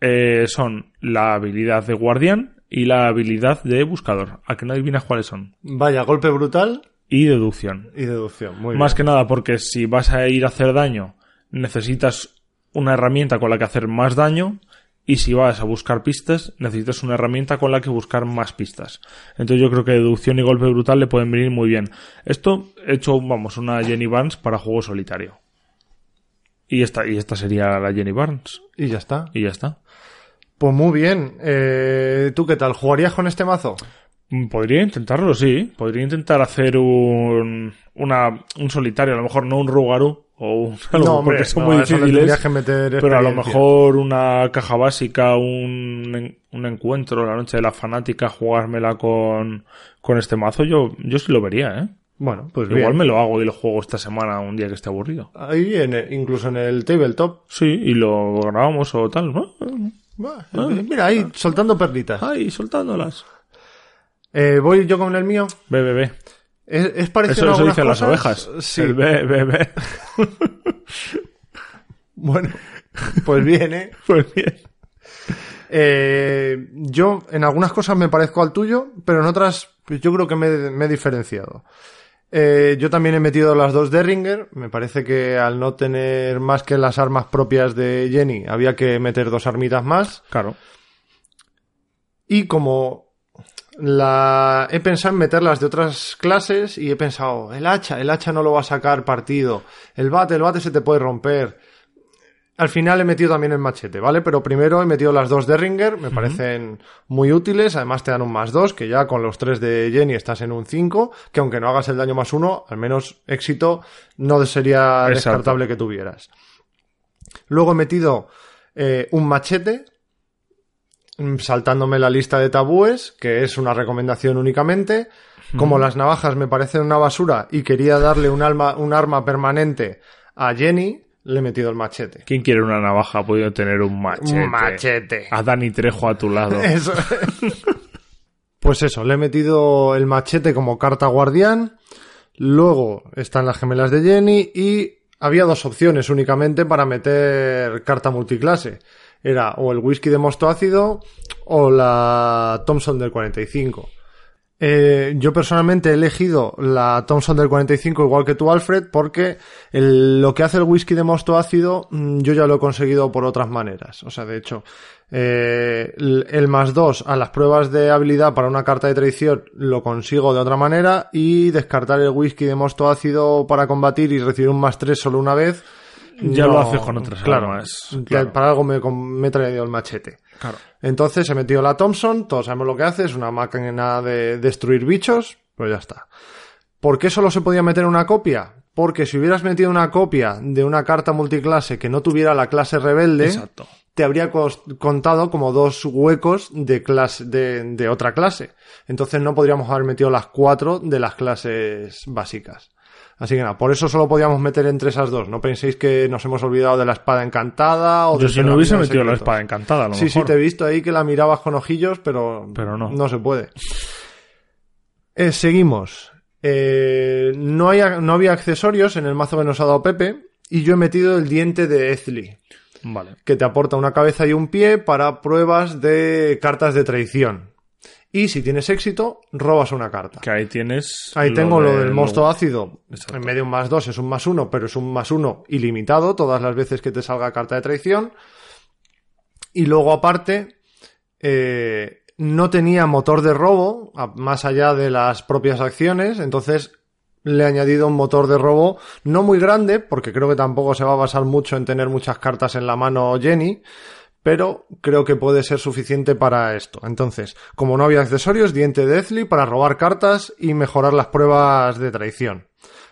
S2: eh, son la habilidad de guardián y la habilidad de buscador. A que no adivinas cuáles son.
S1: Vaya, golpe brutal
S2: Y deducción.
S1: y deducción. Muy
S2: Más que
S1: bien.
S2: nada porque si vas a ir a hacer daño, necesitas una herramienta con la que hacer más daño. Y si vas a buscar pistas, necesitas una herramienta con la que buscar más pistas. Entonces yo creo que deducción y golpe brutal le pueden venir muy bien. Esto he hecho, vamos, una Jenny Barnes para juego solitario. Y esta, y esta sería la Jenny Barnes.
S1: Y ya está.
S2: Y ya está.
S1: Pues muy bien. Eh, ¿Tú qué tal? ¿Jugarías con este mazo?
S2: Mm, Podría intentarlo, sí. Podría intentar hacer un, una, un solitario, a lo mejor no un Rugaru o un [laughs] algo, porque son
S1: no,
S2: muy
S1: a eso le
S2: difíciles.
S1: tendrías que meter
S2: Pero a lo
S1: experiencia.
S2: mejor una caja básica, un, en- un encuentro, la noche de la fanática, jugármela con, con este mazo, yo, yo sí lo vería, ¿eh?
S1: Bueno, pues
S2: Igual
S1: bien.
S2: me lo hago y lo juego esta semana un día que esté aburrido.
S1: Ahí, en el- incluso en el tabletop.
S2: Sí, y lo grabamos o tal, ¿no?
S1: Bah, Ah, Mira, ahí, soltando perlitas.
S2: Ay, soltándolas.
S1: Eh, Voy yo con el mío.
S2: Ve, ve, ve.
S1: Es, es parecido
S2: Eso,
S1: en
S2: eso
S1: algunas
S2: dicen las
S1: cosas.
S2: ovejas.
S1: Sí.
S2: El ve, ve, ve.
S1: [laughs] Bueno, pues bien,
S2: [laughs]
S1: ¿eh?
S2: Pues bien.
S1: Eh, Yo en algunas cosas me parezco al tuyo, pero en otras pues, yo creo que me, me he diferenciado. Eh, yo también he metido las dos Derringer. Me parece que al no tener más que las armas propias de Jenny, había que meter dos armitas más.
S2: Claro.
S1: Y como la he pensado en meterlas de otras clases y he pensado, el hacha, el hacha no lo va a sacar partido, el bate, el bate se te puede romper. Al final he metido también el machete, ¿vale? Pero primero he metido las dos de Ringer, me parecen muy útiles, además te dan un más dos, que ya con los tres de Jenny estás en un 5, que aunque no hagas el daño más uno, al menos éxito no sería
S2: Exacto.
S1: descartable que tuvieras. Luego he metido eh, un machete, mm, saltándome la lista de tabúes, que es una recomendación únicamente. Como las navajas me parecen una basura y quería darle un, alma, un arma permanente a Jenny, le he metido el machete.
S2: ¿Quién quiere una navaja? Ha podido tener un machete.
S1: Un machete. Eh,
S2: A Dani Trejo a tu lado.
S1: Eso. pues eso, le he metido el machete como carta guardián. Luego están las gemelas de Jenny y había dos opciones únicamente para meter carta multiclase. Era o el whisky de mosto ácido o la Thompson del 45. Eh, yo personalmente he elegido la Thompson del 45 igual que tú Alfred porque el- lo que hace el whisky de mosto ácido mm, yo ya lo he conseguido por otras maneras. O sea, de hecho, eh, el, el más 2 a las pruebas de habilidad para una carta de traición lo consigo de otra manera y descartar el whisky de mosto ácido para combatir y recibir un más 3 solo una vez.
S2: Ya lo haces con otras armas,
S1: ya
S2: claro.
S1: Para algo me, me he traído el machete.
S2: Claro.
S1: ¿eh? Entonces he metido la Thompson, todos sabemos lo que hace, es una máquina de destruir bichos, pues ya está. ¿Por qué solo se podía meter una copia? Porque si hubieras metido una copia de una carta multiclase que no tuviera la clase rebelde,
S2: Exacto.
S1: te habría cos- contado como dos huecos de, clase, de, de otra clase. Entonces no podríamos haber metido las cuatro de las clases básicas. Así que nada, por eso solo podíamos meter entre esas dos. No penséis que nos hemos olvidado de la espada encantada o
S2: Yo
S1: de
S2: si no hubiese
S1: Cerámica de
S2: metido la
S1: Secretos.
S2: espada encantada, a lo
S1: Sí,
S2: mejor.
S1: sí, te he visto ahí que la mirabas con ojillos, pero,
S2: Pero no.
S1: se puede. Eh, seguimos. Eh, no, hay, no había accesorios en el mazo que nos ha dado Pepe y yo he metido el diente de Ezli,
S2: Vale.
S1: que te aporta una cabeza y un pie para pruebas de cartas de traición. Y si tienes éxito, robas una carta.
S2: Que ahí tienes.
S1: Ahí tengo lo del mosto
S2: lo-
S1: ácido.
S2: Exacto.
S1: En vez de un más dos es un más uno, pero es un más uno ilimitado todas las veces que te salga carta de traición. Y luego aparte, eh, no tenía motor de robo, a- más allá de las propias acciones, entonces le he añadido un motor de robo no muy grande, porque creo que tampoco se va a basar mucho en tener muchas cartas en la mano Jenny, pero creo que puede ser suficiente para esto. Entonces, como no había accesorios, diente de Ezli para robar cartas y mejorar las pruebas de traición.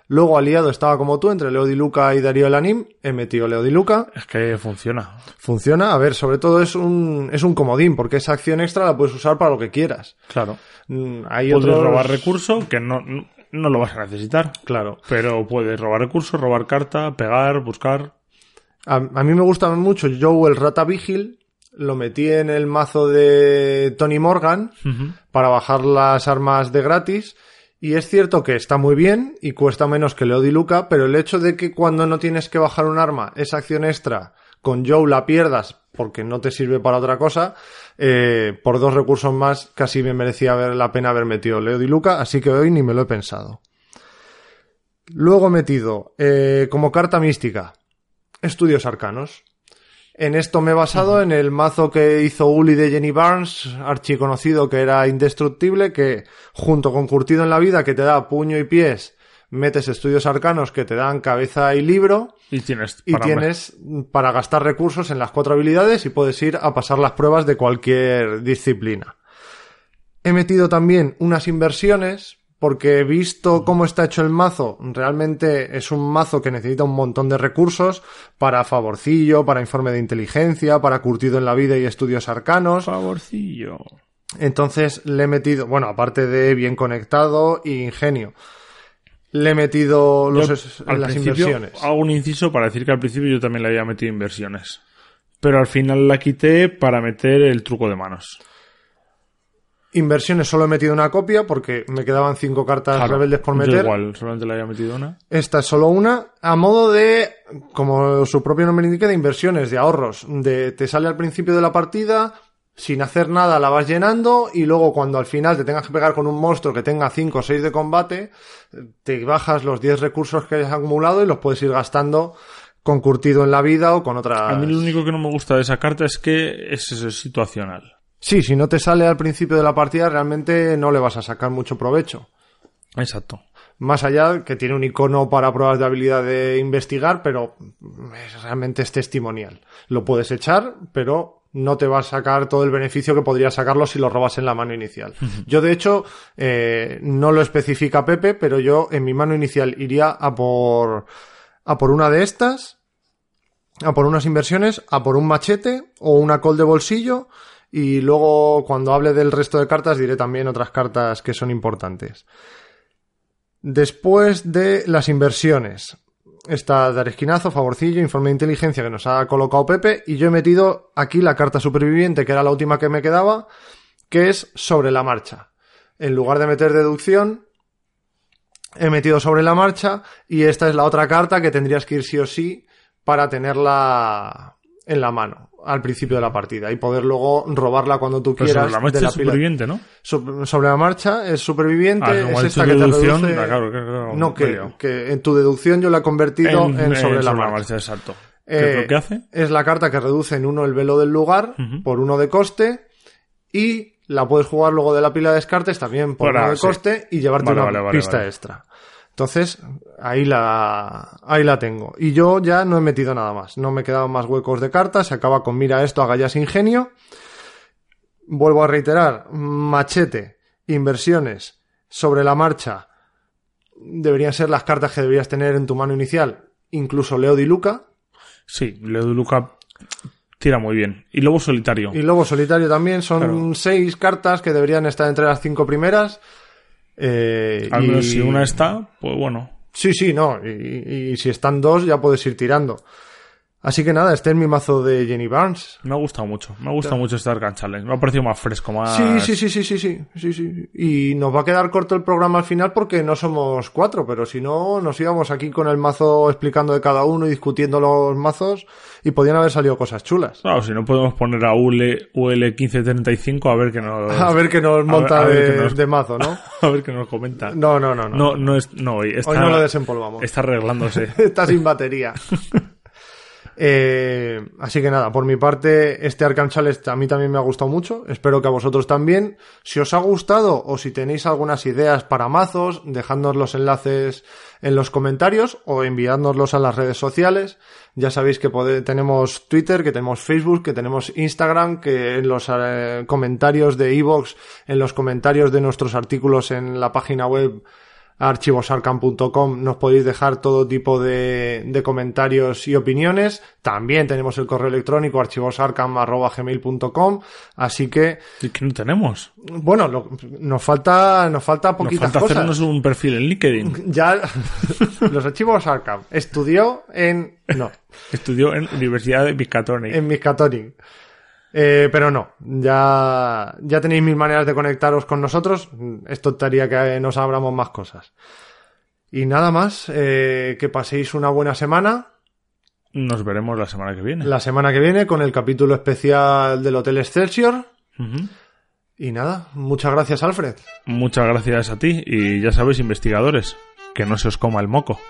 S1: Luego aliado estaba como tú, entre Leo Di Luca y Darío Lanim. He metido Leo Di Luca.
S2: Es que funciona.
S1: Funciona, a ver, sobre todo es un, es un comodín, porque esa acción extra la puedes usar para lo que quieras.
S2: Claro.
S1: Mm, Hay
S2: Puedes
S1: otros-
S2: robar recursos que no, no- no lo vas a necesitar.
S1: Claro.
S2: Pero puedes robar recursos, robar carta, pegar, buscar.
S1: A, a mí me gusta mucho Joel Rata Vigil. Lo metí en el mazo de Tony Morgan para bajar las armas de gratis. Y es cierto que está muy bien y cuesta menos que Leo Di Luca, pero el hecho de que cuando no tienes que bajar un arma, esa acción extra con Joe la pierdas porque no te sirve para otra cosa, eh, por dos recursos más casi me merecía haber- la pena haber metido Leo Di Luca, así que hoy ni me lo he pensado. Luego he metido eh, como carta mística Estudios Arcanos. En esto me he basado en el mazo que hizo Uli de Jenny Barnes, archiconocido que era indestructible, que junto con Curtido en la Vida, que te da puño y pies, metes estudios arcanos que te dan cabeza y libro,
S2: Y tienes.
S1: y
S2: para-
S1: tienes para gastar recursos en las cuatro habilidades y puedes ir a pasar las pruebas de cualquier disciplina. He metido también unas inversiones porque he visto cómo está hecho el mazo. Realmente es un mazo que necesita un montón de recursos para favorcillo, para informe de inteligencia, para curtido en la vida y estudios arcanos.
S2: Favorcillo.
S1: Entonces le he metido, bueno, aparte de bien conectado y ingenio, le he metido los,
S2: Yo,
S1: es-
S2: al
S1: las
S2: principio,
S1: inversiones.
S2: Hago un inciso para decir que al principio yo también le había metido inversiones. Pero al final la quité para meter el truco de manos.
S1: Inversiones solo he metido una copia porque me quedaban cinco cartas
S2: Claro,
S1: rebeldes por
S2: yo
S1: meter.
S2: igual, solamente le había metido una.
S1: Esta es solo una, a modo de, como su propio nombre indica, de inversiones, de ahorros. De te sale al principio de la partida, sin hacer nada la vas llenando, y luego cuando al final te tengas que pegar con un monstruo que tenga 5 o 6 de combate, te bajas los 10 recursos que has acumulado y los puedes ir gastando con curtido en la vida o con otra.
S2: A mí lo único que no me gusta de esa carta es que es, eso, es situacional.
S1: Sí, si no te sale al principio de la partida, realmente no le vas a sacar mucho provecho.
S2: Exacto.
S1: Más allá que tiene un icono para pruebas de habilidad de investigar, pero mm, es- realmente es testimonial. Lo puedes echar, pero no te va a sacar todo el beneficio que podría sacarlo si lo robas en la mano inicial. Yo, de hecho, eh, no lo especifica Pepe, pero yo en mi mano inicial iría a por, a por una de estas, a por unas inversiones, a por un machete o una col de bolsillo. Y luego, cuando hable del resto de cartas, diré también otras cartas que son importantes. Después de las inversiones. Está dar esquinazo, favorcillo, informe de inteligencia que nos ha colocado Pepe. Y yo he metido aquí la carta superviviente, que era la última que me quedaba, que es sobre la marcha. En lugar de meter deducción, he metido sobre la marcha. Y esta es la otra carta que tendrías que ir sí o sí para tenerla en la mano al principio de la partida y poder luego robarla cuando tú
S2: Pero
S1: quieras.
S2: Pues sobre la
S1: de
S2: marcha es
S1: pila.
S2: superviviente, ¿no?
S1: Sob- sobre la marcha es superviviente,
S2: Ah, como
S1: es esta
S2: ha hecho
S1: que te
S2: deducción,
S1: reduce-
S2: ah, claro, claro, claro,
S1: no,
S2: me he
S1: que,
S2: liado.
S1: que en tu deducción yo la he convertido en,
S2: eh,
S1: sobre, la marcha.
S2: exacto. ¿Qué
S1: Eh,
S2: es lo que hace?
S1: es la carta que reduce en uno el velo del lugar
S2: Ujú.
S1: por uno de coste y la puedes jugar luego de la pila de descartes también por
S2: Ahora,
S1: uno de
S2: sí.
S1: coste y llevarte
S2: Vale,
S1: una
S2: vale, vale,
S1: pista
S2: vale.
S1: extra. Entonces, ahí la, ahí la tengo. Y yo ya no he metido nada más. No me quedaban más huecos de cartas. Se acaba con mira esto, haga ya sin genio. Vuelvo a reiterar, machete, inversiones, sobre la marcha, deberían ser las cartas que deberías tener en tu mano inicial. Incluso Leo Di Luca,
S2: Sí, Leo de Luca tira muy bien. Y Lobo Solitario.
S1: Y Lobo Solitario también. Son
S2: Claro.
S1: seis cartas que deberían estar entre las cinco primeras. Eh,
S2: Al
S1: y-
S2: menos si una está, pues bueno.
S1: Sí, sí, no. Y, y si están dos, ya puedes ir tirando. Así que nada, este es mi mazo de Jenny Barnes.
S2: Me ha gustado mucho. Me ha gustado mucho este Arkham Challenge. Me ha parecido más fresco, más...
S1: Sí, sí, sí, sí, sí, sí, sí, sí. Y nos va a quedar corto el programa al final porque no somos cuatro, pero si no, nos íbamos aquí con el mazo explicando de cada uno y discutiendo los mazos y podían haber salido cosas chulas.
S2: Claro, si no podemos poner a UL, UL1535 a ver qué nos...
S1: [laughs] A ver qué nos monta
S2: a ver
S1: de,
S2: qué nos-
S1: de mazo, ¿no?
S2: a ver qué nos comenta.
S1: No, no, no, no.
S2: No, no es... No, hoy está,
S1: Hoy no lo desempolvamos.
S2: está [laughs] arreglándose.
S1: [laughs] está sin batería. Eh, así que nada, por mi parte, este Arkham Challenge a mí también me ha gustado mucho. Espero que a vosotros también. Si os ha gustado o si tenéis algunas ideas para mazos, dejadnos los enlaces en los comentarios o enviádnoslos a las redes sociales. Ya sabéis que pode- tenemos Twitter, que tenemos Facebook, que tenemos Instagram, que en los eh, comentarios de Evox, en los comentarios de nuestros artículos en la página web a archivosarcan.com nos podéis dejar todo tipo de, de comentarios y opiniones. También tenemos el correo electrónico archivosarcan.gmail.com Así que,
S2: ¿Y que no tenemos?
S1: bueno, lo- nos falta, nos falta
S2: Nos
S1: poquitas
S2: falta
S1: cosas.
S2: hacernos un perfil en
S1: [laughs]
S2: LinkedIn.
S1: Ya, los archivos Arkham. Estudió en, no,
S2: Estudió en Universidad de Miskatonic.
S1: en Miskatonic. Eh, pero no, ya, ya tenéis mil maneras de conectaros con nosotros. Esto estaría que nos abramos más cosas. Y nada más, eh, que paséis una buena semana.
S2: Nos veremos la semana que viene.
S1: La semana que viene con el capítulo especial del Hotel Excelsior.
S2: Ujú.
S1: Y nada, muchas gracias Alfred.
S2: Muchas gracias a ti y ya sabéis, investigadores, que no se os coma el moco.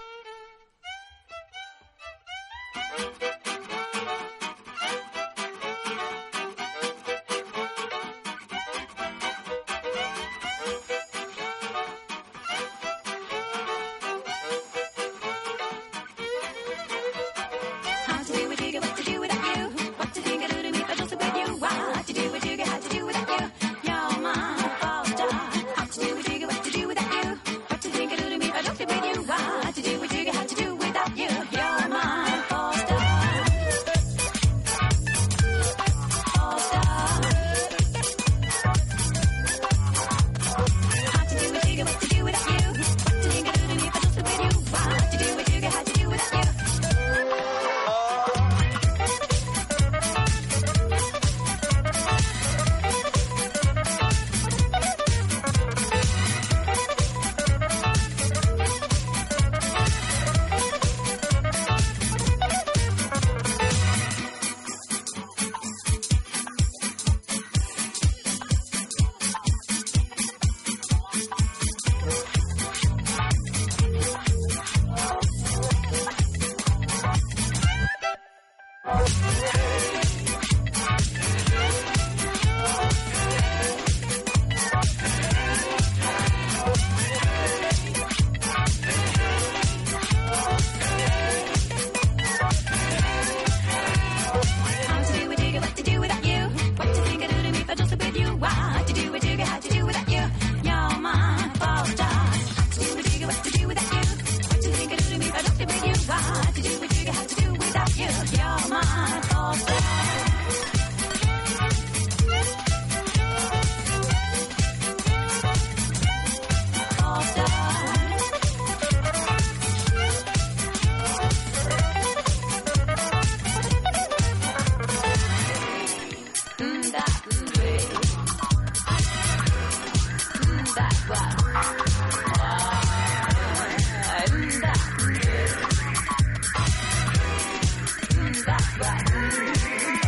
S5: How to do what you get, what to do without you. What to think I do to me, but just with you. How to do what you get, how to do without you. You're my fault. How to do what you get, what to do without you. What to think I do to me, but just with you. How to do what you get, how to do without you. You're my fault. How to do what you get, what to do without you. What to think I do to me, but just with you. How to do what you get, how to do without you. How to do what you get, what to do without you. What to think I do to me, but just with you. Why? How to do what you get, how to do without you. You're my fault. How to do what you get, what to do without you. What to think I do to me, but just with you. Why? How to do what you get, how to do without you. You're my fault. Mm, that, mm, babe. Mm, that, wow. Wow. Mm, that, mm, babe. Mm, that, wow.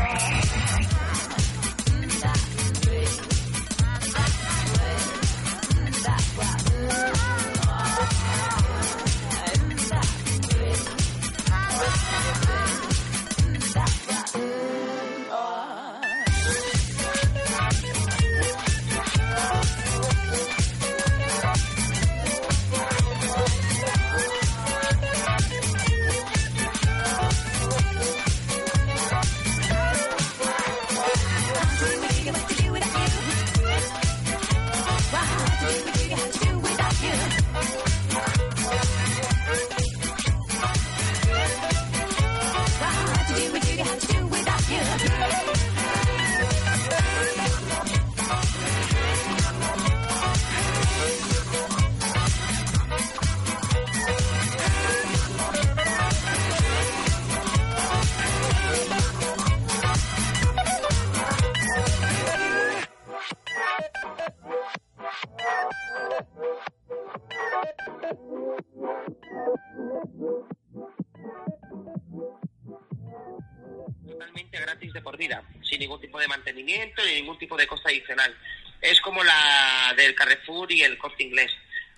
S6: totalmente gratis de por vida, sin ningún tipo de mantenimiento ni ningún tipo de costa adicional. Es como la del Carrefour y el corte inglés.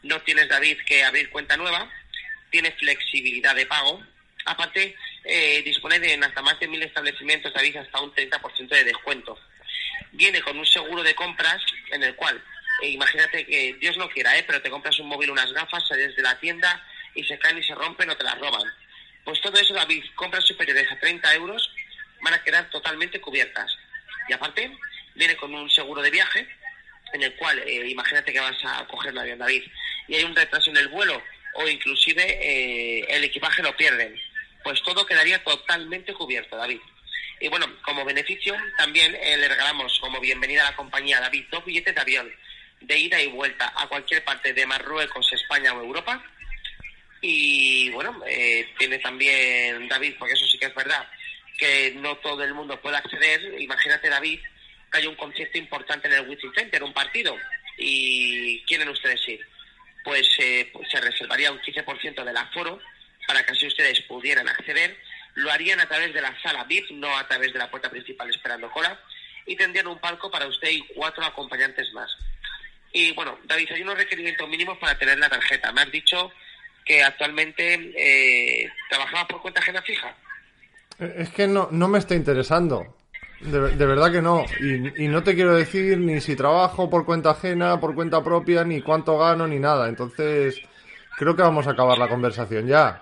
S6: No tienes, David, que abrir cuenta nueva, tienes flexibilidad de pago. Aparte, eh, dispone en hasta más de mil establecimientos, David, hasta un 30% de descuento. Viene con un seguro de compras en el cual, eh, imagínate que Dios no quiera, ¿eh? pero te compras un móvil, unas gafas, sales de la tienda y se caen y se rompen o te las roban. Pues todo eso, David, compras superiores a 30 euros van a quedar totalmente cubiertas. Y aparte, viene con un seguro de viaje en el cual, eh, imagínate que vas a coger el avión, David, y hay un retraso en el vuelo o inclusive eh, el equipaje lo pierden. Pues todo quedaría totalmente cubierto, David. Y bueno, como beneficio también eh, le regalamos como bienvenida a la compañía David dos billetes de avión de ida y vuelta a cualquier parte de Marruecos, España o Europa. Y bueno, eh, tiene también David, porque eso sí que es verdad, que no todo el mundo puede acceder. Imagínate, David, que hay un concierto importante en el Witching Center, un partido, y quieren ustedes ir. Pues, eh, pues se reservaría un 15% del aforo para que así ustedes pudieran acceder. Lo harían a través de la sala VIP, no a través de la puerta principal esperando cola, y tendrían un palco para usted y cuatro acompañantes más. Y bueno, David, hay unos requerimientos mínimos para tener la tarjeta. Me has dicho que actualmente eh, trabajabas por cuenta ajena fija.
S1: Es que no, no me está interesando. De, ver- de verdad que no. Y, y no te quiero decir ni si trabajo por cuenta ajena, por cuenta propia, ni cuánto gano, ni nada. Entonces, creo que vamos a acabar la conversación ya.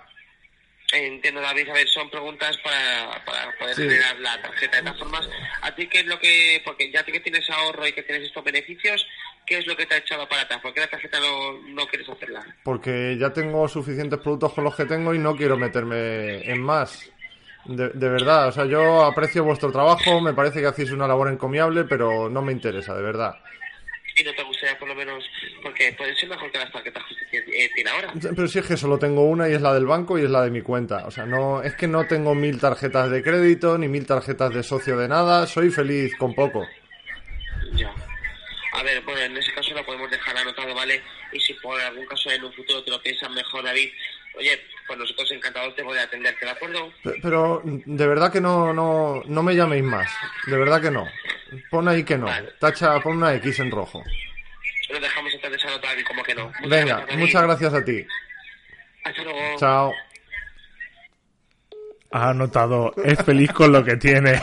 S6: Entiendo, David. A ver, son preguntas para, para poder
S1: Sí.
S6: generar la tarjeta de todas formas. ¿A ti qué es lo que, porque ya que tienes ahorro y que tienes estos beneficios, qué es lo que te ha echado para atrás? ¿Por qué la tarjeta no, no quieres hacerla?
S1: Porque ya tengo suficientes productos con los que tengo y no quiero meterme en más. De, de verdad, o sea, yo aprecio vuestro trabajo, me parece que hacéis una labor encomiable, pero no me interesa, de verdad.
S6: Y no te gustaría por lo menos, porque pueden ser mejor que las tarjetas que eh, tiene ahora.
S1: Pero si es que solo tengo una y es la del banco y es la de mi cuenta. O sea, no, es que no tengo mil tarjetas de crédito ni mil tarjetas de socio de nada. Soy feliz con poco.
S6: Ya. A ver, bueno, en ese caso lo podemos dejar anotado, ¿vale? Y si por algún caso en un futuro te lo piensas mejor, David, oye, pues nosotros encantados te voy a atenderte, ¿de acuerdo?
S1: Pe- Pero de verdad que no, no, no me llaméis más. De verdad que no. Pon ahí que no. Tacha, pon una X en rojo.
S6: Lo dejamos entonces anotado y como que no. Muchas
S1: Venga,
S6: David.
S1: muchas gracias a ti.
S6: Hasta luego.
S1: Chao.
S2: Ha notado, es feliz con lo que tiene.